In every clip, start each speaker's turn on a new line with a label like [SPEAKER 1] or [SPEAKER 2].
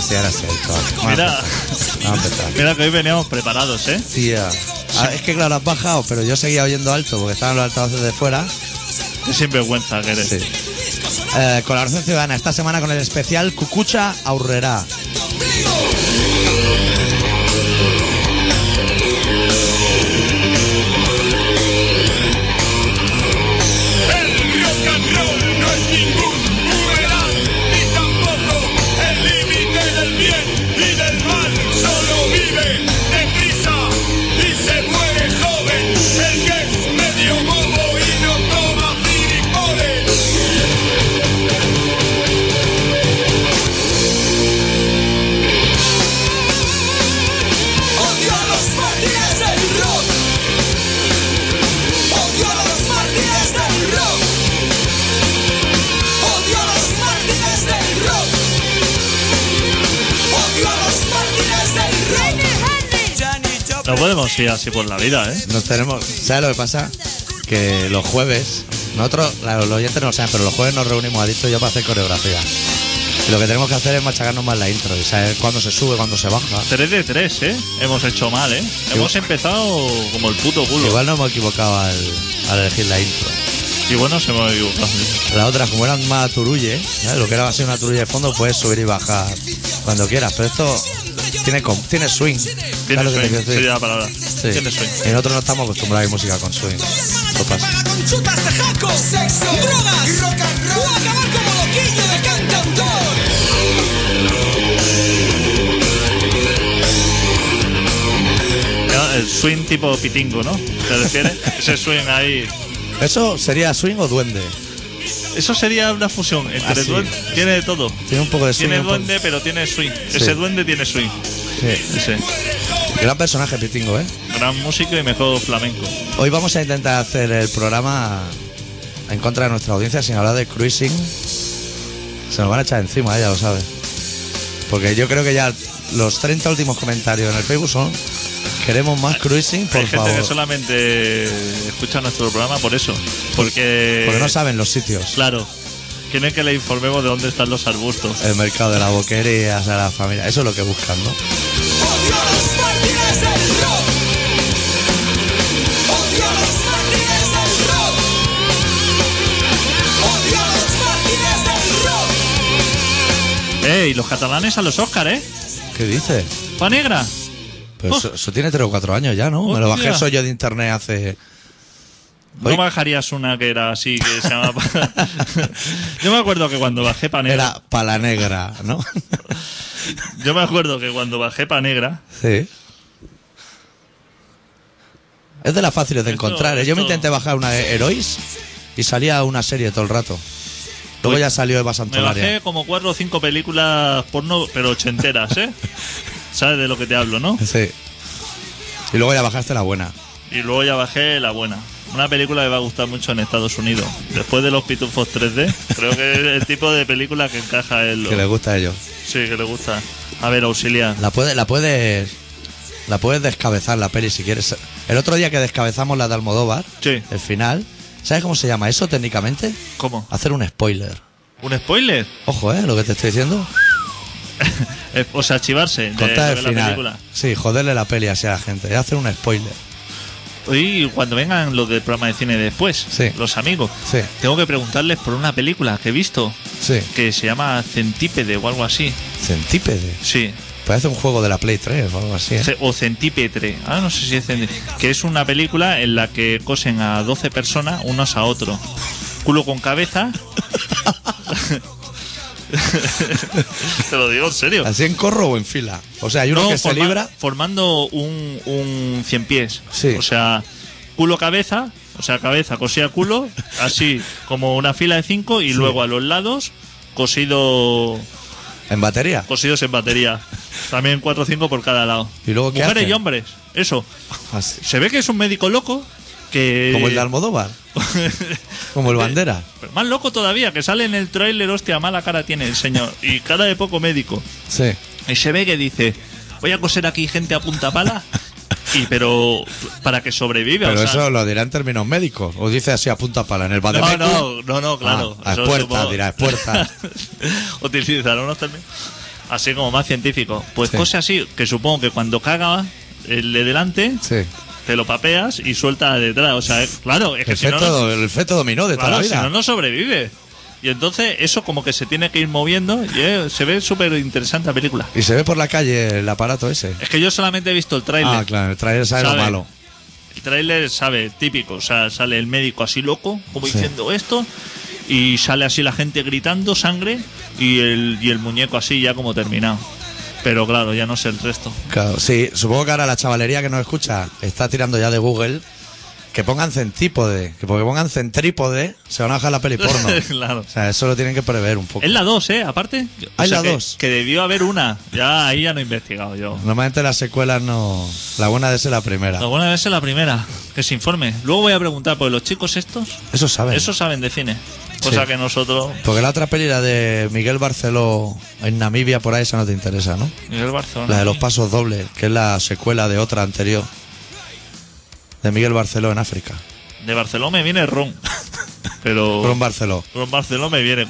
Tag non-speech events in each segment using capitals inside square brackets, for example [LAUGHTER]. [SPEAKER 1] sí, ahora sí, Ah, chaval. Vamos a
[SPEAKER 2] Mira.
[SPEAKER 1] empezar. Vamos a empezar.
[SPEAKER 2] Mira que hoy veníamos preparados, ¿eh?
[SPEAKER 1] Tía. pues, Ah, es que claro, has bajado, pero yo seguía oyendo alto porque estaban los altavoces de fuera.
[SPEAKER 2] Qué sinvergüenza que eres.
[SPEAKER 1] Sí. Eh, colaboración Ciudadana, esta semana con el especial Cucucha Aurrera.
[SPEAKER 3] El rock and roll no es ningún humedad ni tampoco el límite del bien y del mal. Solo vive deprisa y se muere joven el que es medio bobo y no toma gilipollas.
[SPEAKER 4] Odio a los mártires del rock. Odio a los mártires del rock. Odio a los mártires del rock. Odio a los mártires del rock.
[SPEAKER 2] No podemos ir así por la vida, ¿eh?
[SPEAKER 1] Nos tenemos. ¿Sabes lo que pasa? Que los jueves, nosotros, claro, los oyentes no lo saben, pero los jueves nos reunimos, adicto yo, para hacer coreografía. Y lo que tenemos que hacer es machacarnos más la intro y saber cuándo se sube, cuándo se baja.
[SPEAKER 2] 3 de 3, ¿eh? Hemos hecho mal, ¿eh? Hemos empezado como el puto culo.
[SPEAKER 1] Igual no hemos equivocado al, al elegir la intro.
[SPEAKER 2] Y bueno, se me ha equivocado.
[SPEAKER 1] La otra, como eran más turulle, ¿sabes? lo que era así una turulle de fondo, puedes subir y bajar cuando quieras. Pero esto tiene, com- tiene swing. ¿Sabes
[SPEAKER 2] Tiene
[SPEAKER 1] lo que te
[SPEAKER 2] swing,
[SPEAKER 1] quiero decir?
[SPEAKER 2] sería la palabra.
[SPEAKER 1] Sí.
[SPEAKER 2] Tiene swing.
[SPEAKER 1] En otro no estamos acostumbrados a ir música con swing. Lo pasa.
[SPEAKER 4] Con chutas de jaco, sexo, drogas, rock and roll. O acabar como loquillo de cantautor.
[SPEAKER 2] Ya, El swing tipo pitingo, ¿no? ¿Te refieres?
[SPEAKER 1] [LAUGHS]
[SPEAKER 2] Ese swing ahí.
[SPEAKER 1] ¿Eso sería swing o duende?
[SPEAKER 2] Eso sería una fusión entre
[SPEAKER 1] Así.
[SPEAKER 2] duende. Tiene de todo.
[SPEAKER 1] Tiene un poco de swing.
[SPEAKER 2] Tiene
[SPEAKER 1] Ah, un poco-
[SPEAKER 2] duende, pero tiene swing.
[SPEAKER 1] Sí.
[SPEAKER 2] Ese duende tiene swing.
[SPEAKER 1] Sí.
[SPEAKER 2] Ese.
[SPEAKER 1] Gran personaje, Pitingo, ¿eh?
[SPEAKER 2] Gran músico y mejor flamenco.
[SPEAKER 1] Hoy vamos a intentar hacer el programa en contra de nuestra audiencia sin hablar de cruising. Se nos van a echar encima, eh, ya lo sabes. Porque yo creo que ya los 30 últimos comentarios en el Facebook son queremos más cruising, por
[SPEAKER 2] Hay
[SPEAKER 1] favor.
[SPEAKER 2] gente que solamente escucha nuestro programa por eso. Porque.
[SPEAKER 1] Porque no saben los sitios.
[SPEAKER 2] Claro. Quieren que le informemos de dónde están los arbustos.
[SPEAKER 1] El mercado de la boquería, o sea, la familia. Eso es lo que buscan, ¿no?
[SPEAKER 4] Odio a los mártires del rock. Odio a los mártires del rock. Odio a los mártires del rock.
[SPEAKER 2] ¡Ey! Los catalanes a los Óscar, ¿eh?
[SPEAKER 1] ¿Qué dice?
[SPEAKER 2] ¡Pa negra!
[SPEAKER 1] Pero eso, eso tiene 3 o 4 años ya, ¿no? Me lo bajé
[SPEAKER 2] Hostia.
[SPEAKER 1] eso yo de internet hace.
[SPEAKER 2] ¿No
[SPEAKER 1] Oye.
[SPEAKER 2] bajarías una que era así, que se llamaba... yo me acuerdo que cuando bajé pa negra...
[SPEAKER 1] Era pala negra, ¿no?
[SPEAKER 2] Yo me acuerdo que cuando bajé pa negra...
[SPEAKER 1] Sí. Es de las fáciles de
[SPEAKER 2] Esto-
[SPEAKER 1] encontrar. ¿eh? Yo me
[SPEAKER 2] esto-
[SPEAKER 1] intenté bajar una de Herois y salía una serie todo el rato. Luego
[SPEAKER 2] Uy.
[SPEAKER 1] ya salió Eva
[SPEAKER 2] Me
[SPEAKER 1] Santolaria.
[SPEAKER 2] bajé como cuatro o cinco películas porno, pero ochenteras, ¿eh? ¿Sabes de lo que te hablo, no?
[SPEAKER 1] Sí. Y luego ya bajaste la buena.
[SPEAKER 2] Y luego ya bajé La Buena. Una película que va a gustar mucho en Estados Unidos. Después de los Pitufos 3D, creo que es el tipo de película que encaja en lo...
[SPEAKER 1] Que les gusta a ellos.
[SPEAKER 2] Sí, que le gusta. A ver, auxiliar.
[SPEAKER 1] La puedes, la puedes. La puedes descabezar la peli si quieres. El otro día que descabezamos la de Almodóvar,
[SPEAKER 2] Sí.
[SPEAKER 1] el final, ¿sabes cómo se llama eso técnicamente?
[SPEAKER 2] ¿Cómo?
[SPEAKER 1] Hacer un spoiler.
[SPEAKER 2] ¿Un spoiler?
[SPEAKER 1] Ojo, ¿eh? Lo que te estoy diciendo.
[SPEAKER 2] Eh, O sea, chivarse de,
[SPEAKER 1] Contar
[SPEAKER 2] de
[SPEAKER 1] el
[SPEAKER 2] la
[SPEAKER 1] final.
[SPEAKER 2] película.
[SPEAKER 1] Sí, joderle la peli así a la gente. Hacer un spoiler.
[SPEAKER 2] Y cuando vengan los del programa de cine después,
[SPEAKER 1] Sí.
[SPEAKER 2] los amigos,
[SPEAKER 1] Sí.
[SPEAKER 2] tengo que preguntarles por una película que he visto
[SPEAKER 1] Sí.
[SPEAKER 2] que se llama Centípede o algo así.
[SPEAKER 1] Centípede.
[SPEAKER 2] Sí.
[SPEAKER 1] Parece un juego de la Play 3 o algo así. ¿eh?
[SPEAKER 2] Ce- O Centípetre. Ah, no sé si es Centípetre. Que es una película en la que cosen a 12 personas unos a otros. Culo
[SPEAKER 1] [LAUGHS]
[SPEAKER 2] con cabeza. [LAUGHS] Te lo digo en serio.
[SPEAKER 1] ¿Así en corro o en fila? O sea, hay uno
[SPEAKER 2] No,
[SPEAKER 1] que se
[SPEAKER 2] forma-
[SPEAKER 1] libra.
[SPEAKER 2] Formando un, un cien pies.
[SPEAKER 1] Sí.
[SPEAKER 2] O sea, culo-cabeza, o sea, cabeza
[SPEAKER 1] [LAUGHS]
[SPEAKER 2] cosida culo, así como una fila de cinco y luego a los lados cosido,
[SPEAKER 1] En batería.
[SPEAKER 2] cosidos en batería. También cuatro o cinco por cada lado.
[SPEAKER 1] ¿Y luego qué
[SPEAKER 2] Mujeres
[SPEAKER 1] hacen?
[SPEAKER 2] y hombres, eso.
[SPEAKER 1] Así.
[SPEAKER 2] Se ve que es un médico loco que...
[SPEAKER 1] Como el de Almodóvar. Como el Bandera.
[SPEAKER 2] [LAUGHS] Pero más loco todavía, que sale en el tráiler, hostia, mala cara tiene el señor. Y cara de poco médico.
[SPEAKER 1] Sí.
[SPEAKER 2] Y se ve que dice, voy a coser aquí gente a punta pala, y pero para que sobreviva.
[SPEAKER 1] Pero
[SPEAKER 2] o sea,
[SPEAKER 1] eso lo dirá en términos médicos. O dice así a punta pala en el
[SPEAKER 2] no,
[SPEAKER 1] Bademecum.
[SPEAKER 2] no, no, no, claro.
[SPEAKER 1] Ah, a
[SPEAKER 2] eso
[SPEAKER 1] puertas,
[SPEAKER 2] [LAUGHS] supongo.
[SPEAKER 1] dirá, a puertas.
[SPEAKER 2] Utilizará unos términos. así como más científico. Pues
[SPEAKER 1] Sí.
[SPEAKER 2] cosas así que supongo que cuando caga el de delante,
[SPEAKER 1] Sí.
[SPEAKER 2] te lo papeas y suelta detrás. O sea, eh, claro, es que
[SPEAKER 1] El
[SPEAKER 2] si no,
[SPEAKER 1] feto,
[SPEAKER 2] no,
[SPEAKER 1] el feto dominó de toda
[SPEAKER 2] claro,
[SPEAKER 1] la
[SPEAKER 2] si
[SPEAKER 1] vida.
[SPEAKER 2] no, no sobrevive. Y entonces eso como que se tiene que ir moviendo y eh, se ve súper interesante la película.
[SPEAKER 1] Y se ve por la calle el aparato ese.
[SPEAKER 2] Es que yo solamente he visto el tráiler.
[SPEAKER 1] Ah, claro, el trailer sabe lo
[SPEAKER 2] Sabe.
[SPEAKER 1] malo.
[SPEAKER 2] El tráiler, sabe, típico, o sea, sale el médico así loco, como
[SPEAKER 1] Sí.
[SPEAKER 2] diciendo esto, y sale así la gente gritando sangre y el, y el muñeco así ya como terminado. Pero claro, ya no sé el resto.
[SPEAKER 1] Claro, sí, supongo que ahora la chavalería que nos escucha está tirando ya de Google que pongan centípode, que porque pongan centrípode se van a bajar la peli porno.
[SPEAKER 2] [LAUGHS] Claro.
[SPEAKER 1] O sea, eso lo tienen que prever un poco.
[SPEAKER 2] Es la 2, ¿eh? Aparte. O
[SPEAKER 1] Ah, es
[SPEAKER 2] sea
[SPEAKER 1] la
[SPEAKER 2] que-
[SPEAKER 1] dos.
[SPEAKER 2] Que, debió haber una. Ya ahí ya no he investigado yo.
[SPEAKER 1] Normalmente las secuelas no. La buena de ser la primera.
[SPEAKER 2] Alguna vez es la primera, que se informe. Luego voy a preguntar, pues los chicos estos,
[SPEAKER 1] Eso saben.
[SPEAKER 2] esos saben de cine. Cosa
[SPEAKER 1] Sí.
[SPEAKER 2] que nosotros,
[SPEAKER 1] Porque la otra peli, la de Miguel Barceló en Namibia, por ahí esa no te interesa, ¿no?
[SPEAKER 2] Miguel Barcelona.
[SPEAKER 1] La de los
[SPEAKER 2] sí.
[SPEAKER 1] pasos dobles, que es la secuela de otra anterior. De Miguel Barceló en África.
[SPEAKER 2] De Barcelona me viene Ron. [LAUGHS] Pero.
[SPEAKER 1] Por un Barceló.
[SPEAKER 2] Ron Pues Barcelona me viene.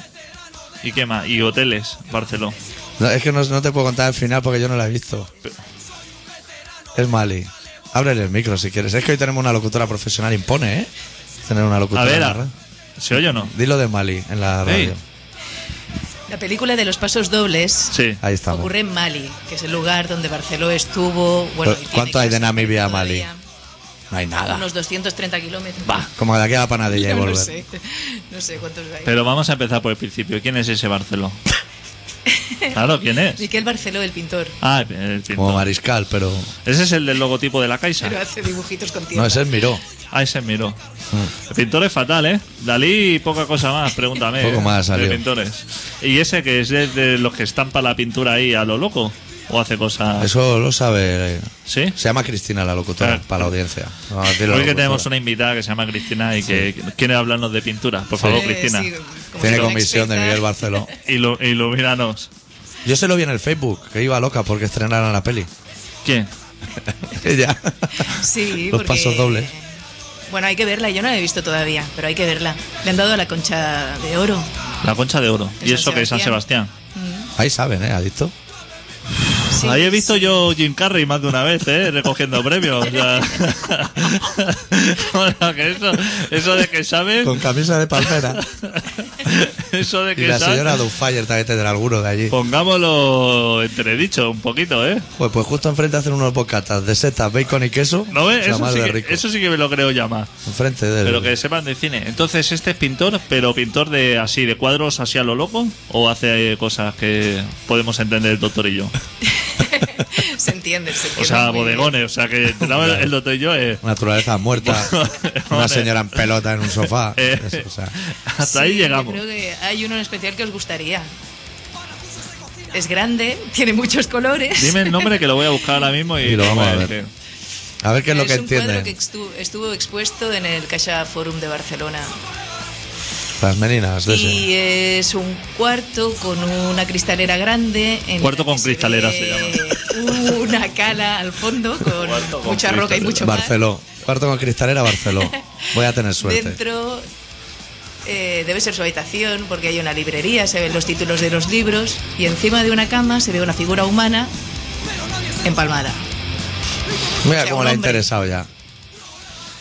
[SPEAKER 2] ¿Y qué más? Y hoteles, Barcelona.
[SPEAKER 1] No, es que no, no te puedo contar el final porque yo no la he visto.
[SPEAKER 2] Pero-
[SPEAKER 1] Es Mali. Ábrele el micro si quieres. Es que hoy tenemos una locutora profesional. Impone, ¿eh? Tener una locutora.
[SPEAKER 2] A
[SPEAKER 1] en
[SPEAKER 2] ver,
[SPEAKER 1] la
[SPEAKER 2] a-
[SPEAKER 1] radio.
[SPEAKER 2] ¿se oye o no?
[SPEAKER 1] Dilo de Mali en la
[SPEAKER 2] Ey.
[SPEAKER 1] radio.
[SPEAKER 5] La película de los pasos dobles
[SPEAKER 2] Sí.
[SPEAKER 1] Ahí estamos.
[SPEAKER 5] ocurre en Mali, que es el lugar donde Barceló estuvo.
[SPEAKER 1] Pero,
[SPEAKER 5] Bueno, y tiene
[SPEAKER 1] ¿cuánto hay de
[SPEAKER 5] casa
[SPEAKER 1] Namibia a Mali?
[SPEAKER 5] todavía.
[SPEAKER 1] No hay nada.
[SPEAKER 5] Unos 230 kilómetros. [LAUGHS]
[SPEAKER 1] Como de aquí a la panadilla y
[SPEAKER 5] Yo
[SPEAKER 1] volver.
[SPEAKER 5] no sé. No sé cuántos hay.
[SPEAKER 2] Pero vamos a empezar por el principio. ¿Quién es ese Barcelona? claro, ¿quién es?
[SPEAKER 5] Miquel Barceló, el pintor.
[SPEAKER 2] Ah, el pintor.
[SPEAKER 1] Como mariscal, pero.
[SPEAKER 2] Ese es el del logotipo de la Caixa. Ah,
[SPEAKER 5] Pero hace dibujitos con tierra.
[SPEAKER 1] Ah. No, ese es Miró.
[SPEAKER 2] Ahí se miró.
[SPEAKER 1] Mm.
[SPEAKER 2] El pintor es fatal, ¿eh? Dalí y poca cosa más,
[SPEAKER 1] [LAUGHS]
[SPEAKER 2] pregúntame.
[SPEAKER 1] Poco más
[SPEAKER 2] de
[SPEAKER 1] salió.
[SPEAKER 2] pintores. ¿Y ese que es de, de los que estampa la pintura ahí a lo loco? ¿O hace cosas...?
[SPEAKER 1] Eso lo sabe. eh.
[SPEAKER 2] ¿Sí?
[SPEAKER 1] Se llama Cristina la locutora,
[SPEAKER 2] Ah.
[SPEAKER 1] para la audiencia. Vamos a decirle
[SPEAKER 2] Hoy
[SPEAKER 1] locutora.
[SPEAKER 2] que tenemos una invitada que se llama Cristina y que quiere hablarnos de pintura. Por favor,
[SPEAKER 5] Eh,
[SPEAKER 2] Cristina.
[SPEAKER 5] sí, como
[SPEAKER 1] Tiene
[SPEAKER 5] si fuera
[SPEAKER 1] comisión de
[SPEAKER 5] experta.
[SPEAKER 1] Miguel Barceló.
[SPEAKER 2] Ilu- ilumínanos.
[SPEAKER 1] Yo se lo vi en el Facebook, que iba loca porque estrenaran la
[SPEAKER 5] [LAUGHS]
[SPEAKER 1] peli. [LAUGHS]
[SPEAKER 2] ¿Quién?
[SPEAKER 1] Ella.
[SPEAKER 5] Sí,
[SPEAKER 1] Los
[SPEAKER 5] porque-
[SPEAKER 1] pasos dobles.
[SPEAKER 5] Bueno, hay que verla. Yo no la he visto todavía, pero hay que verla. Le han dado la concha de oro.
[SPEAKER 2] La concha de oro.
[SPEAKER 5] De
[SPEAKER 2] ¿Y
[SPEAKER 5] San
[SPEAKER 2] eso que es San
[SPEAKER 5] Sebastián.
[SPEAKER 2] Sebastián?
[SPEAKER 1] Ahí saben, ¿eh? Adicto.
[SPEAKER 5] Sí,
[SPEAKER 2] Ahí he visto
[SPEAKER 5] sí.
[SPEAKER 2] yo Jim Carrey más de una vez, ¿eh? [LAUGHS] Recogiendo premios. o
[SPEAKER 5] [LAUGHS]
[SPEAKER 2] sea. Bueno, que eso, eso de que sabes...
[SPEAKER 1] Con camisa de palmera.
[SPEAKER 2] [LAUGHS] Eso de
[SPEAKER 1] y
[SPEAKER 2] que
[SPEAKER 1] la
[SPEAKER 2] sabes-
[SPEAKER 1] señora Doubtfire también tendrá alguno de allí.
[SPEAKER 2] Pues- Pongámoslo entredicho un poquito, ¿eh?
[SPEAKER 1] Pues, pues justo enfrente hacen unos bocatas de setas, bacon y queso.
[SPEAKER 2] ¿No ves?
[SPEAKER 1] O sea,
[SPEAKER 2] Eso
[SPEAKER 1] madre
[SPEAKER 2] sí,
[SPEAKER 1] rico.
[SPEAKER 2] que, eso sí que me lo creo ya más.
[SPEAKER 1] Enfrente de
[SPEAKER 2] Pero que sepan de cine. Entonces, ¿este es pintor, pero pintor de así, de cuadros así a lo loco? ¿O hace eh, cosas que podemos entender el doctor y
[SPEAKER 5] [LAUGHS]
[SPEAKER 2] yo?
[SPEAKER 5] [LAUGHS] se entiende, se entiende.
[SPEAKER 2] O sea,
[SPEAKER 5] muy bien.
[SPEAKER 2] bodegones. O sea,
[SPEAKER 5] [LAUGHS]
[SPEAKER 2] que no, el, el doctor y yo eh, es...
[SPEAKER 1] Naturaleza
[SPEAKER 2] [LAUGHS]
[SPEAKER 1] muerta. una señora en pelota en un sofá.
[SPEAKER 2] Eh.
[SPEAKER 1] Eso, o sea,
[SPEAKER 2] Hasta ahí
[SPEAKER 5] Sí,
[SPEAKER 2] llegamos.
[SPEAKER 5] Yo creo que hay uno en especial que os gustaría. Es grande, [LAUGHS] tiene muchos colores.
[SPEAKER 2] Dime el nombre que lo voy a buscar ahora mismo y,
[SPEAKER 1] Y lo vamos
[SPEAKER 2] voy
[SPEAKER 1] a ver.
[SPEAKER 2] decir.
[SPEAKER 1] a ver qué es lo que
[SPEAKER 5] un cuadro que
[SPEAKER 1] entienden
[SPEAKER 5] estu- estuvo expuesto en el Caixa Forum de Barcelona.
[SPEAKER 1] las meninas de ese.
[SPEAKER 5] Y es un cuarto con una cristalera grande. En
[SPEAKER 2] Cuarto
[SPEAKER 5] la que
[SPEAKER 2] con
[SPEAKER 5] se
[SPEAKER 2] cristalera
[SPEAKER 5] ve
[SPEAKER 2] se
[SPEAKER 5] Una cala al fondo con
[SPEAKER 2] Cuarto con
[SPEAKER 5] mucha roca y
[SPEAKER 2] cristalera.
[SPEAKER 5] mucho mar.
[SPEAKER 1] Barceló. Cuarto con cristalera,
[SPEAKER 5] [LAUGHS]
[SPEAKER 1] Barceló. Voy a tener suerte.
[SPEAKER 5] Dentro eh, debe ser su habitación porque hay una librería, se ven los títulos de los libros y encima de una cama se ve una figura humana empalmada.
[SPEAKER 1] Mira
[SPEAKER 5] o sea,
[SPEAKER 1] cómo
[SPEAKER 5] un
[SPEAKER 1] la ha
[SPEAKER 5] hombre.
[SPEAKER 1] interesado ya.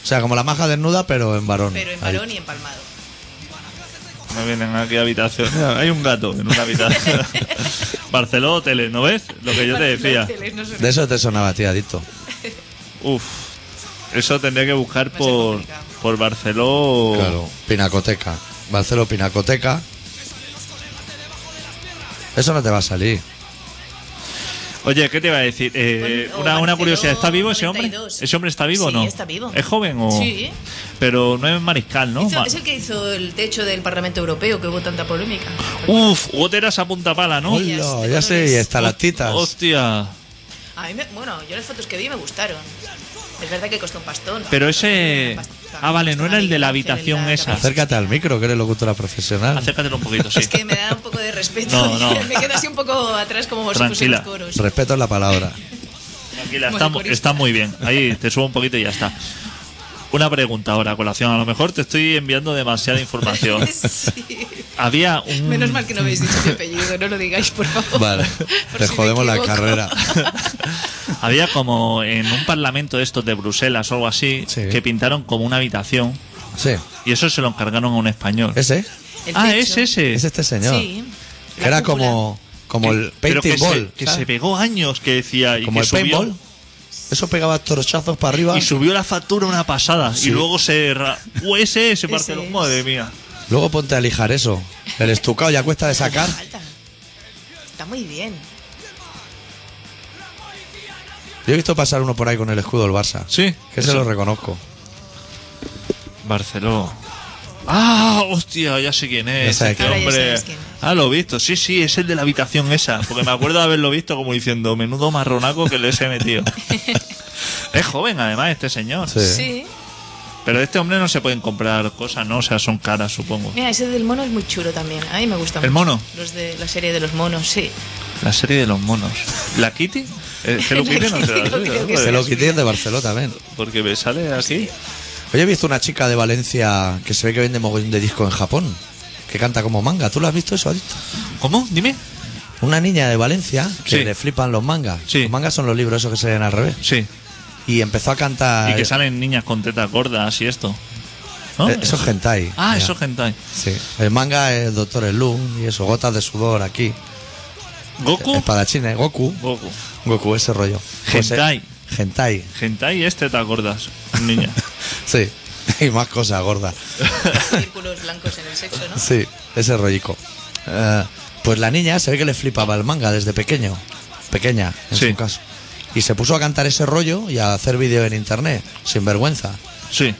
[SPEAKER 1] O sea, como la maja desnuda, pero en varón.
[SPEAKER 5] Pero en
[SPEAKER 1] Ahí.
[SPEAKER 5] varón y empalmado.
[SPEAKER 2] Me vienen aquí habitaciones. Hay un gato en una habitación. [LAUGHS] Barceló Hoteles, ¿no ves? Lo que yo te decía.
[SPEAKER 1] De eso te sonaba, tía, adicto.
[SPEAKER 2] Uf, eso tendría que buscar
[SPEAKER 5] Va a ser
[SPEAKER 2] por,
[SPEAKER 5] complicado.
[SPEAKER 2] por Barceló.
[SPEAKER 1] Claro, Pinacoteca. Barceló Pinacoteca. Eso no te va a salir.
[SPEAKER 2] Oye, ¿qué te iba a decir? Eh,
[SPEAKER 5] Pon- o
[SPEAKER 2] una, una
[SPEAKER 5] Barceló
[SPEAKER 2] curiosidad, ¿está vivo ese hombre?
[SPEAKER 5] 92.
[SPEAKER 2] ¿Ese hombre está vivo o
[SPEAKER 5] Sí,
[SPEAKER 2] no?
[SPEAKER 5] está vivo.
[SPEAKER 2] ¿Es joven o.?
[SPEAKER 5] Sí.
[SPEAKER 2] Pero no es mariscal, ¿no? Ma-
[SPEAKER 5] es el que hizo el techo del Parlamento Europeo, que hubo tanta polémica.
[SPEAKER 2] Uf, goteras a punta pala, ¿no?
[SPEAKER 5] Sí,
[SPEAKER 1] Hola,
[SPEAKER 5] de
[SPEAKER 1] ya
[SPEAKER 5] colores.
[SPEAKER 1] sé, y estalactitas.
[SPEAKER 2] Hostia.
[SPEAKER 5] A mí me- bueno, yo las fotos que vi me gustaron. Es verdad que costó un pastón.
[SPEAKER 2] Pero ese-
[SPEAKER 5] Costó un pastón.
[SPEAKER 2] Ah, vale, no era el de la habitación
[SPEAKER 5] Costó
[SPEAKER 2] esa.
[SPEAKER 1] Acércate al micro, que eres locutora profesional.
[SPEAKER 2] Acércatelo un poquito, sí.
[SPEAKER 5] Es que me da un poco de respeto.
[SPEAKER 2] No, no.
[SPEAKER 5] [LAUGHS] me quedo así un poco atrás como vosotros en
[SPEAKER 2] Tranquila.
[SPEAKER 5] los coros.
[SPEAKER 1] Respeto es la palabra.
[SPEAKER 2] Tranquila,
[SPEAKER 5] Como
[SPEAKER 2] está,
[SPEAKER 5] de corista.
[SPEAKER 2] está muy bien. Ahí te subo un poquito y ya está. Una pregunta ahora, colación. A lo mejor te estoy enviando demasiada
[SPEAKER 5] [LAUGHS]
[SPEAKER 2] información.
[SPEAKER 5] Sí.
[SPEAKER 2] Había un.
[SPEAKER 5] Menos mal que no habéis dicho mi apellido, no lo digáis, por favor.
[SPEAKER 1] Mm. Vale,
[SPEAKER 5] [LAUGHS] Por
[SPEAKER 1] te
[SPEAKER 5] si me
[SPEAKER 1] jodemos la
[SPEAKER 5] equivoco.
[SPEAKER 1] carrera.
[SPEAKER 2] Había como en un parlamento de estos de Bruselas o algo así,
[SPEAKER 1] Sí.
[SPEAKER 2] que pintaron como una habitación
[SPEAKER 1] Sí,
[SPEAKER 2] y eso se lo encargaron a un español.
[SPEAKER 1] ese,
[SPEAKER 5] [LAUGHS] El
[SPEAKER 2] ah,
[SPEAKER 5] techo.
[SPEAKER 2] es ese.
[SPEAKER 1] es este señor.
[SPEAKER 5] Sí.
[SPEAKER 1] que
[SPEAKER 5] la
[SPEAKER 1] era
[SPEAKER 5] cúpula.
[SPEAKER 1] como, como el
[SPEAKER 2] Pero
[SPEAKER 1] painting
[SPEAKER 2] que,
[SPEAKER 1] ball.
[SPEAKER 2] Se, que
[SPEAKER 1] ¿sabes?
[SPEAKER 2] se pegó años que decía. Y
[SPEAKER 1] como
[SPEAKER 2] que
[SPEAKER 1] el
[SPEAKER 2] subió,
[SPEAKER 1] paintball. Eso pegaba torchazos para arriba.
[SPEAKER 2] Y subió la factura una pasada y luego se. ra- Uh, ese, se
[SPEAKER 5] Ese
[SPEAKER 2] parte los
[SPEAKER 5] es.
[SPEAKER 2] madre mía.
[SPEAKER 1] Luego ponte a lijar eso. El estucado ya cuesta de sacar.
[SPEAKER 5] Falta. Está muy bien.
[SPEAKER 1] Yo he visto pasar uno por ahí con el escudo del Barça.
[SPEAKER 2] Sí,
[SPEAKER 1] Que se
[SPEAKER 2] eso.
[SPEAKER 1] lo reconozco.
[SPEAKER 2] Barcelona. Ah, hostia, ya sé quién
[SPEAKER 1] Ya
[SPEAKER 2] es.
[SPEAKER 1] sabes
[SPEAKER 2] este
[SPEAKER 1] quién
[SPEAKER 5] es. Ahora ya
[SPEAKER 2] hombre.
[SPEAKER 5] sabes quién es.
[SPEAKER 2] Ah, lo he visto. Sí, sí, es el de la habitación esa. Porque me acuerdo de haberlo visto como diciendo, menudo marronaco que les he
[SPEAKER 5] [LAUGHS]
[SPEAKER 2] metido. es joven, además, este señor.
[SPEAKER 1] Sí.
[SPEAKER 5] Sí.
[SPEAKER 2] Pero de este hombre no se pueden comprar cosas, ¿no? O sea, son caras, supongo.
[SPEAKER 5] Mira, ese del mono es muy chulo también. A mí me gusta
[SPEAKER 2] ¿El
[SPEAKER 5] mucho.
[SPEAKER 2] mono?
[SPEAKER 5] Los de la serie de los monos, sí.
[SPEAKER 2] La serie de los monos. ¿La Kitty? Eh, Hello
[SPEAKER 5] [LAUGHS] La
[SPEAKER 2] Kitty no será
[SPEAKER 5] Kitty, no
[SPEAKER 2] suya,
[SPEAKER 5] creo que
[SPEAKER 2] ¿no?
[SPEAKER 1] Se lo quité de Barcelona también.
[SPEAKER 2] Porque me sale así.
[SPEAKER 1] Oye, he visto una chica de Valencia que se ve que vende mogollón de disco en Japón. Que canta como manga. ¿Tú lo has visto eso, Adicto?
[SPEAKER 2] ¿Cómo? Dime.
[SPEAKER 1] Una niña de Valencia que
[SPEAKER 2] Sí.
[SPEAKER 1] le flipan los mangas.
[SPEAKER 2] Sí.
[SPEAKER 1] Los mangas son los libros esos que se leen al revés.
[SPEAKER 2] Sí.
[SPEAKER 1] Y empezó a cantar.
[SPEAKER 2] Y que salen niñas con tetas gordas y esto. ¿No?
[SPEAKER 1] Eh, Eso es hentai.
[SPEAKER 2] Ah,
[SPEAKER 1] Ya.
[SPEAKER 2] eso es hentai.
[SPEAKER 1] Sí. El manga es Doctor Slum y eso, gotas de sudor aquí. Eh,
[SPEAKER 2] Goku.
[SPEAKER 1] Espadachines, Goku.
[SPEAKER 2] Goku.
[SPEAKER 1] Goku, ese rollo.
[SPEAKER 2] Hentai.
[SPEAKER 1] eh, hentai,
[SPEAKER 2] Hentai es tetas gordas, niña.
[SPEAKER 1] sí. [LAUGHS] Y más cosas gordas.
[SPEAKER 2] [LAUGHS]
[SPEAKER 5] Círculos blancos en el sexo, ¿no?
[SPEAKER 1] Sí, ese rollico. Eh, pues la niña se ve que le flipaba el manga desde pequeño. Pequeña, en
[SPEAKER 2] Sí.
[SPEAKER 1] su caso. Y se puso a cantar ese rollo y a hacer vídeo en internet, sin vergüenza.
[SPEAKER 2] Sí,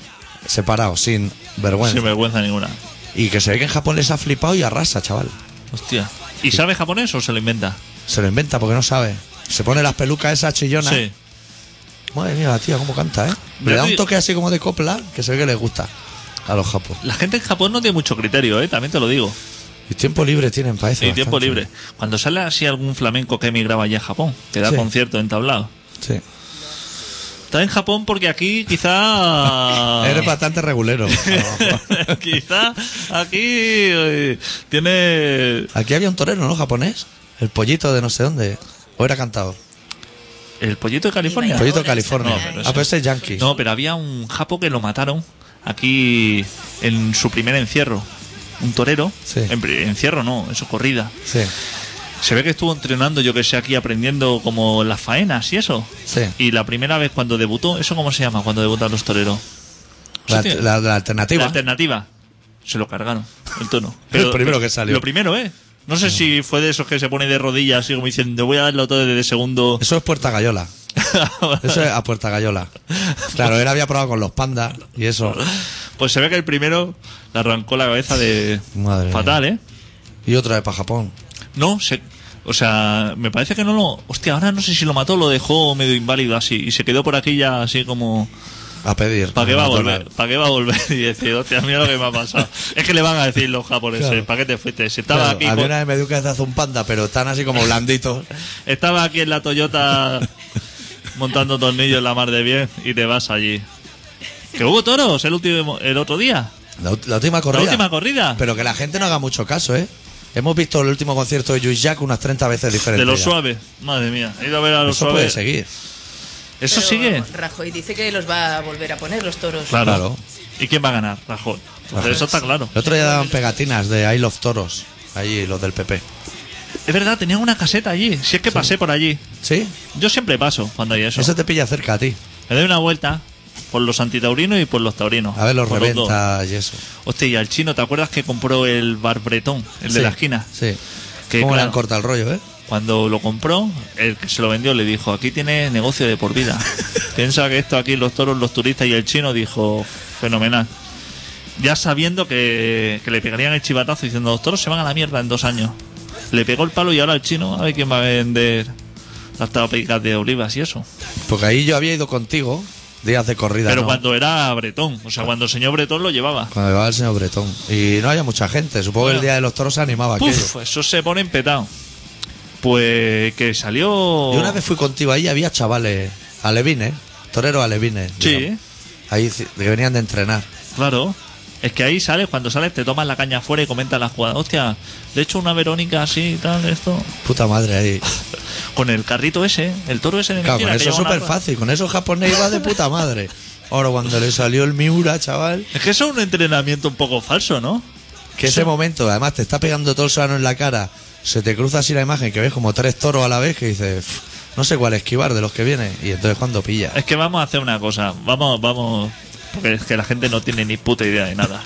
[SPEAKER 1] Separado, sin vergüenza.
[SPEAKER 2] sin vergüenza ninguna.
[SPEAKER 1] Y que se ve que en Japón les ha flipado y arrasa, chaval.
[SPEAKER 2] Hostia. ¿Y sabe japonés o se lo inventa?
[SPEAKER 1] Se lo inventa porque no sabe. Se pone las pelucas esas chillonas.
[SPEAKER 2] Sí.
[SPEAKER 1] Madre mía, la tía, cómo canta, ¿eh?
[SPEAKER 2] Yo
[SPEAKER 1] Le da
[SPEAKER 2] te
[SPEAKER 1] un
[SPEAKER 2] digo-
[SPEAKER 1] toque así como de copla que se ve que les gusta a los japos.
[SPEAKER 2] La gente en Japón no tiene mucho criterio, ¿eh? también te lo digo.
[SPEAKER 1] Y tiempo libre tienen para eso.
[SPEAKER 2] Y tiempo
[SPEAKER 1] bastante.
[SPEAKER 2] libre. Cuando sale así algún flamenco que emigraba allá a Japón, que da
[SPEAKER 1] Sí.
[SPEAKER 2] concierto entablado.
[SPEAKER 1] Sí.
[SPEAKER 2] Está en Japón porque aquí quizá...
[SPEAKER 1] [LAUGHS] Eres bastante regulero.
[SPEAKER 2] [LAUGHS] quizá aquí eh, tiene...
[SPEAKER 1] Aquí había un torero, ¿no? Japonés. El pollito de no sé dónde. O era cantado.
[SPEAKER 2] El pollito de California.
[SPEAKER 5] El
[SPEAKER 1] pollito de
[SPEAKER 5] Ahora
[SPEAKER 1] California.
[SPEAKER 5] está- No, pero
[SPEAKER 1] ah,
[SPEAKER 2] ese-
[SPEAKER 1] pero ese es yankee.
[SPEAKER 2] No, pero había un japo que lo mataron aquí en su primer encierro. Un torero.
[SPEAKER 1] Sí.
[SPEAKER 2] En pri- encierro no, eso es corrida.
[SPEAKER 1] Sí.
[SPEAKER 2] Se ve que estuvo entrenando, yo que sé, aquí aprendiendo como las faenas y eso.
[SPEAKER 1] Sí.
[SPEAKER 2] Y la primera vez cuando debutó, ¿eso cómo se llama cuando debutan los toreros?
[SPEAKER 1] La,
[SPEAKER 2] Hostia.
[SPEAKER 1] la- la alternativa.
[SPEAKER 2] La alternativa. Se lo cargaron, el
[SPEAKER 1] [LAUGHS]
[SPEAKER 2] tono. Pero-
[SPEAKER 1] El primero que salió.
[SPEAKER 2] Lo primero, ¿eh? No sé si fue de esos que se pone de rodillas así como diciendo, voy a darlo todo
[SPEAKER 1] [LAUGHS]
[SPEAKER 2] desde segundo.
[SPEAKER 1] Eso es Puerta Gallola. Eso es a Puerta Gallola. Claro, él había probado con los pandas y eso.
[SPEAKER 2] pues se ve que el primero le arrancó la cabeza de...
[SPEAKER 1] Madre
[SPEAKER 2] Fatal, ¿eh?
[SPEAKER 1] Y otra vez para Japón.
[SPEAKER 2] No, se, o sea, me parece que no lo. Hostia, ahora no sé si lo mató o lo dejó medio inválido así. Y se quedó por aquí ya así como.
[SPEAKER 1] A pedir.
[SPEAKER 2] ¿Para qué va a volver?
[SPEAKER 1] McDonald's.
[SPEAKER 2] ¿Para qué va a volver? [LAUGHS] Y decir, hostia, mira lo que me ha pasado.
[SPEAKER 1] [LAUGHS]
[SPEAKER 2] es que le van a decir los japoneses,
[SPEAKER 1] Claro.
[SPEAKER 2] ¿para qué te fuiste? Si estaba,
[SPEAKER 1] Claro,
[SPEAKER 2] aquí
[SPEAKER 1] a mí
[SPEAKER 2] con-
[SPEAKER 1] una vez me dio que hace un panda, pero están así como blanditos.
[SPEAKER 2] estaba aquí en
[SPEAKER 1] [LAUGHS]
[SPEAKER 2] la Toyota montando tornillos en la mar de bien y te vas allí. Que hubo toros el, último, el otro día.
[SPEAKER 1] La, ult- la última corrida.
[SPEAKER 2] La última corrida.
[SPEAKER 1] Pero que la gente no haga mucho caso, ¿eh? Hemos visto el último concierto de Juice Jack unas 30 veces diferentes.
[SPEAKER 2] de los
[SPEAKER 1] ya.
[SPEAKER 2] suaves. Madre mía. He ido a ver a los
[SPEAKER 1] Eso puede
[SPEAKER 2] suaves.
[SPEAKER 1] seguir.
[SPEAKER 2] Eso
[SPEAKER 5] Pero
[SPEAKER 2] sigue.
[SPEAKER 5] Rajoy dice que los va a volver a poner los toros.
[SPEAKER 2] Claro.
[SPEAKER 1] Claro.
[SPEAKER 2] ¿Y quién va a ganar? Rajoy. Entonces,
[SPEAKER 1] Rajoy.
[SPEAKER 2] Eso está claro.
[SPEAKER 1] El otro día daban pegatinas de I Love Toros. Ahí los del PP.
[SPEAKER 2] Es verdad, tenían una caseta allí. Si es que pasé por allí.
[SPEAKER 1] ¿Sí?
[SPEAKER 2] Yo siempre paso cuando hay eso.
[SPEAKER 1] Eso te pilla cerca a ti.
[SPEAKER 2] Me doy una vuelta por los antitaurinos y por los taurinos.
[SPEAKER 1] A ver los
[SPEAKER 2] Por dos.
[SPEAKER 1] reventas y eso.
[SPEAKER 2] Hostia, y al chino, ¿te acuerdas que compró el bar bretón, el
[SPEAKER 1] Sí,
[SPEAKER 2] de la esquina?
[SPEAKER 1] Sí.
[SPEAKER 2] Que
[SPEAKER 1] ¿Cómo le han
[SPEAKER 2] claro,
[SPEAKER 1] cortado el rollo, eh?
[SPEAKER 2] Cuando lo compró, el que se lo vendió le dijo, aquí tienes negocio de por vida. Piensa que esto aquí, los toros, los turistas y el chino, dijo, fenomenal. Ya sabiendo que, que le pegarían el chivatazo diciendo, los toros se van a la mierda en dos años. Le pegó el palo y ahora el chino, a ver quién va a vender las tapicas de olivas y eso.
[SPEAKER 1] Porque ahí yo había ido contigo días de corrida.
[SPEAKER 2] Pero
[SPEAKER 1] ¿no?
[SPEAKER 2] cuando era Bretón, o sea, cuando el señor Bretón lo llevaba.
[SPEAKER 1] Cuando llevaba el señor Bretón. Y no había mucha gente. Supongo que el día de los toros se animaba aquello.
[SPEAKER 2] Puf, eso se pone empetado. Pues que salió.
[SPEAKER 1] Yo una vez fui contigo ahí había chavales alevines, toreros alevines.
[SPEAKER 2] Sí,
[SPEAKER 1] digamos. Ahí ci- que venían de entrenar.
[SPEAKER 2] Claro. Es que ahí sales, cuando sales te tomas la caña afuera y comentas la jugada. Hostia, le he hecho una Verónica así y tal, esto.
[SPEAKER 1] Puta madre ahí.
[SPEAKER 2] Con el carrito ese, el toro ese de
[SPEAKER 1] Claro,
[SPEAKER 2] mentira
[SPEAKER 1] con
[SPEAKER 2] que
[SPEAKER 1] eso es
[SPEAKER 2] lleva una
[SPEAKER 1] súper
[SPEAKER 2] rueda.
[SPEAKER 1] fácil. Con eso el japonés iba de puta madre. Ahora, cuando le salió el Miura, chaval,
[SPEAKER 2] Es que eso es un entrenamiento un poco falso, ¿no?
[SPEAKER 1] que ese momento, además, te está pegando todo el solano en la cara. Se te cruza así la imagen que ves como tres toros a la vez que dices, "Pff, no sé cuál esquivar de los que vienen. Y entonces, cuando pilla?
[SPEAKER 2] Es que vamos a hacer una cosa. Vamos, vamos. Porque es que la gente no tiene ni puta idea
[SPEAKER 1] [LAUGHS]
[SPEAKER 2] de nada.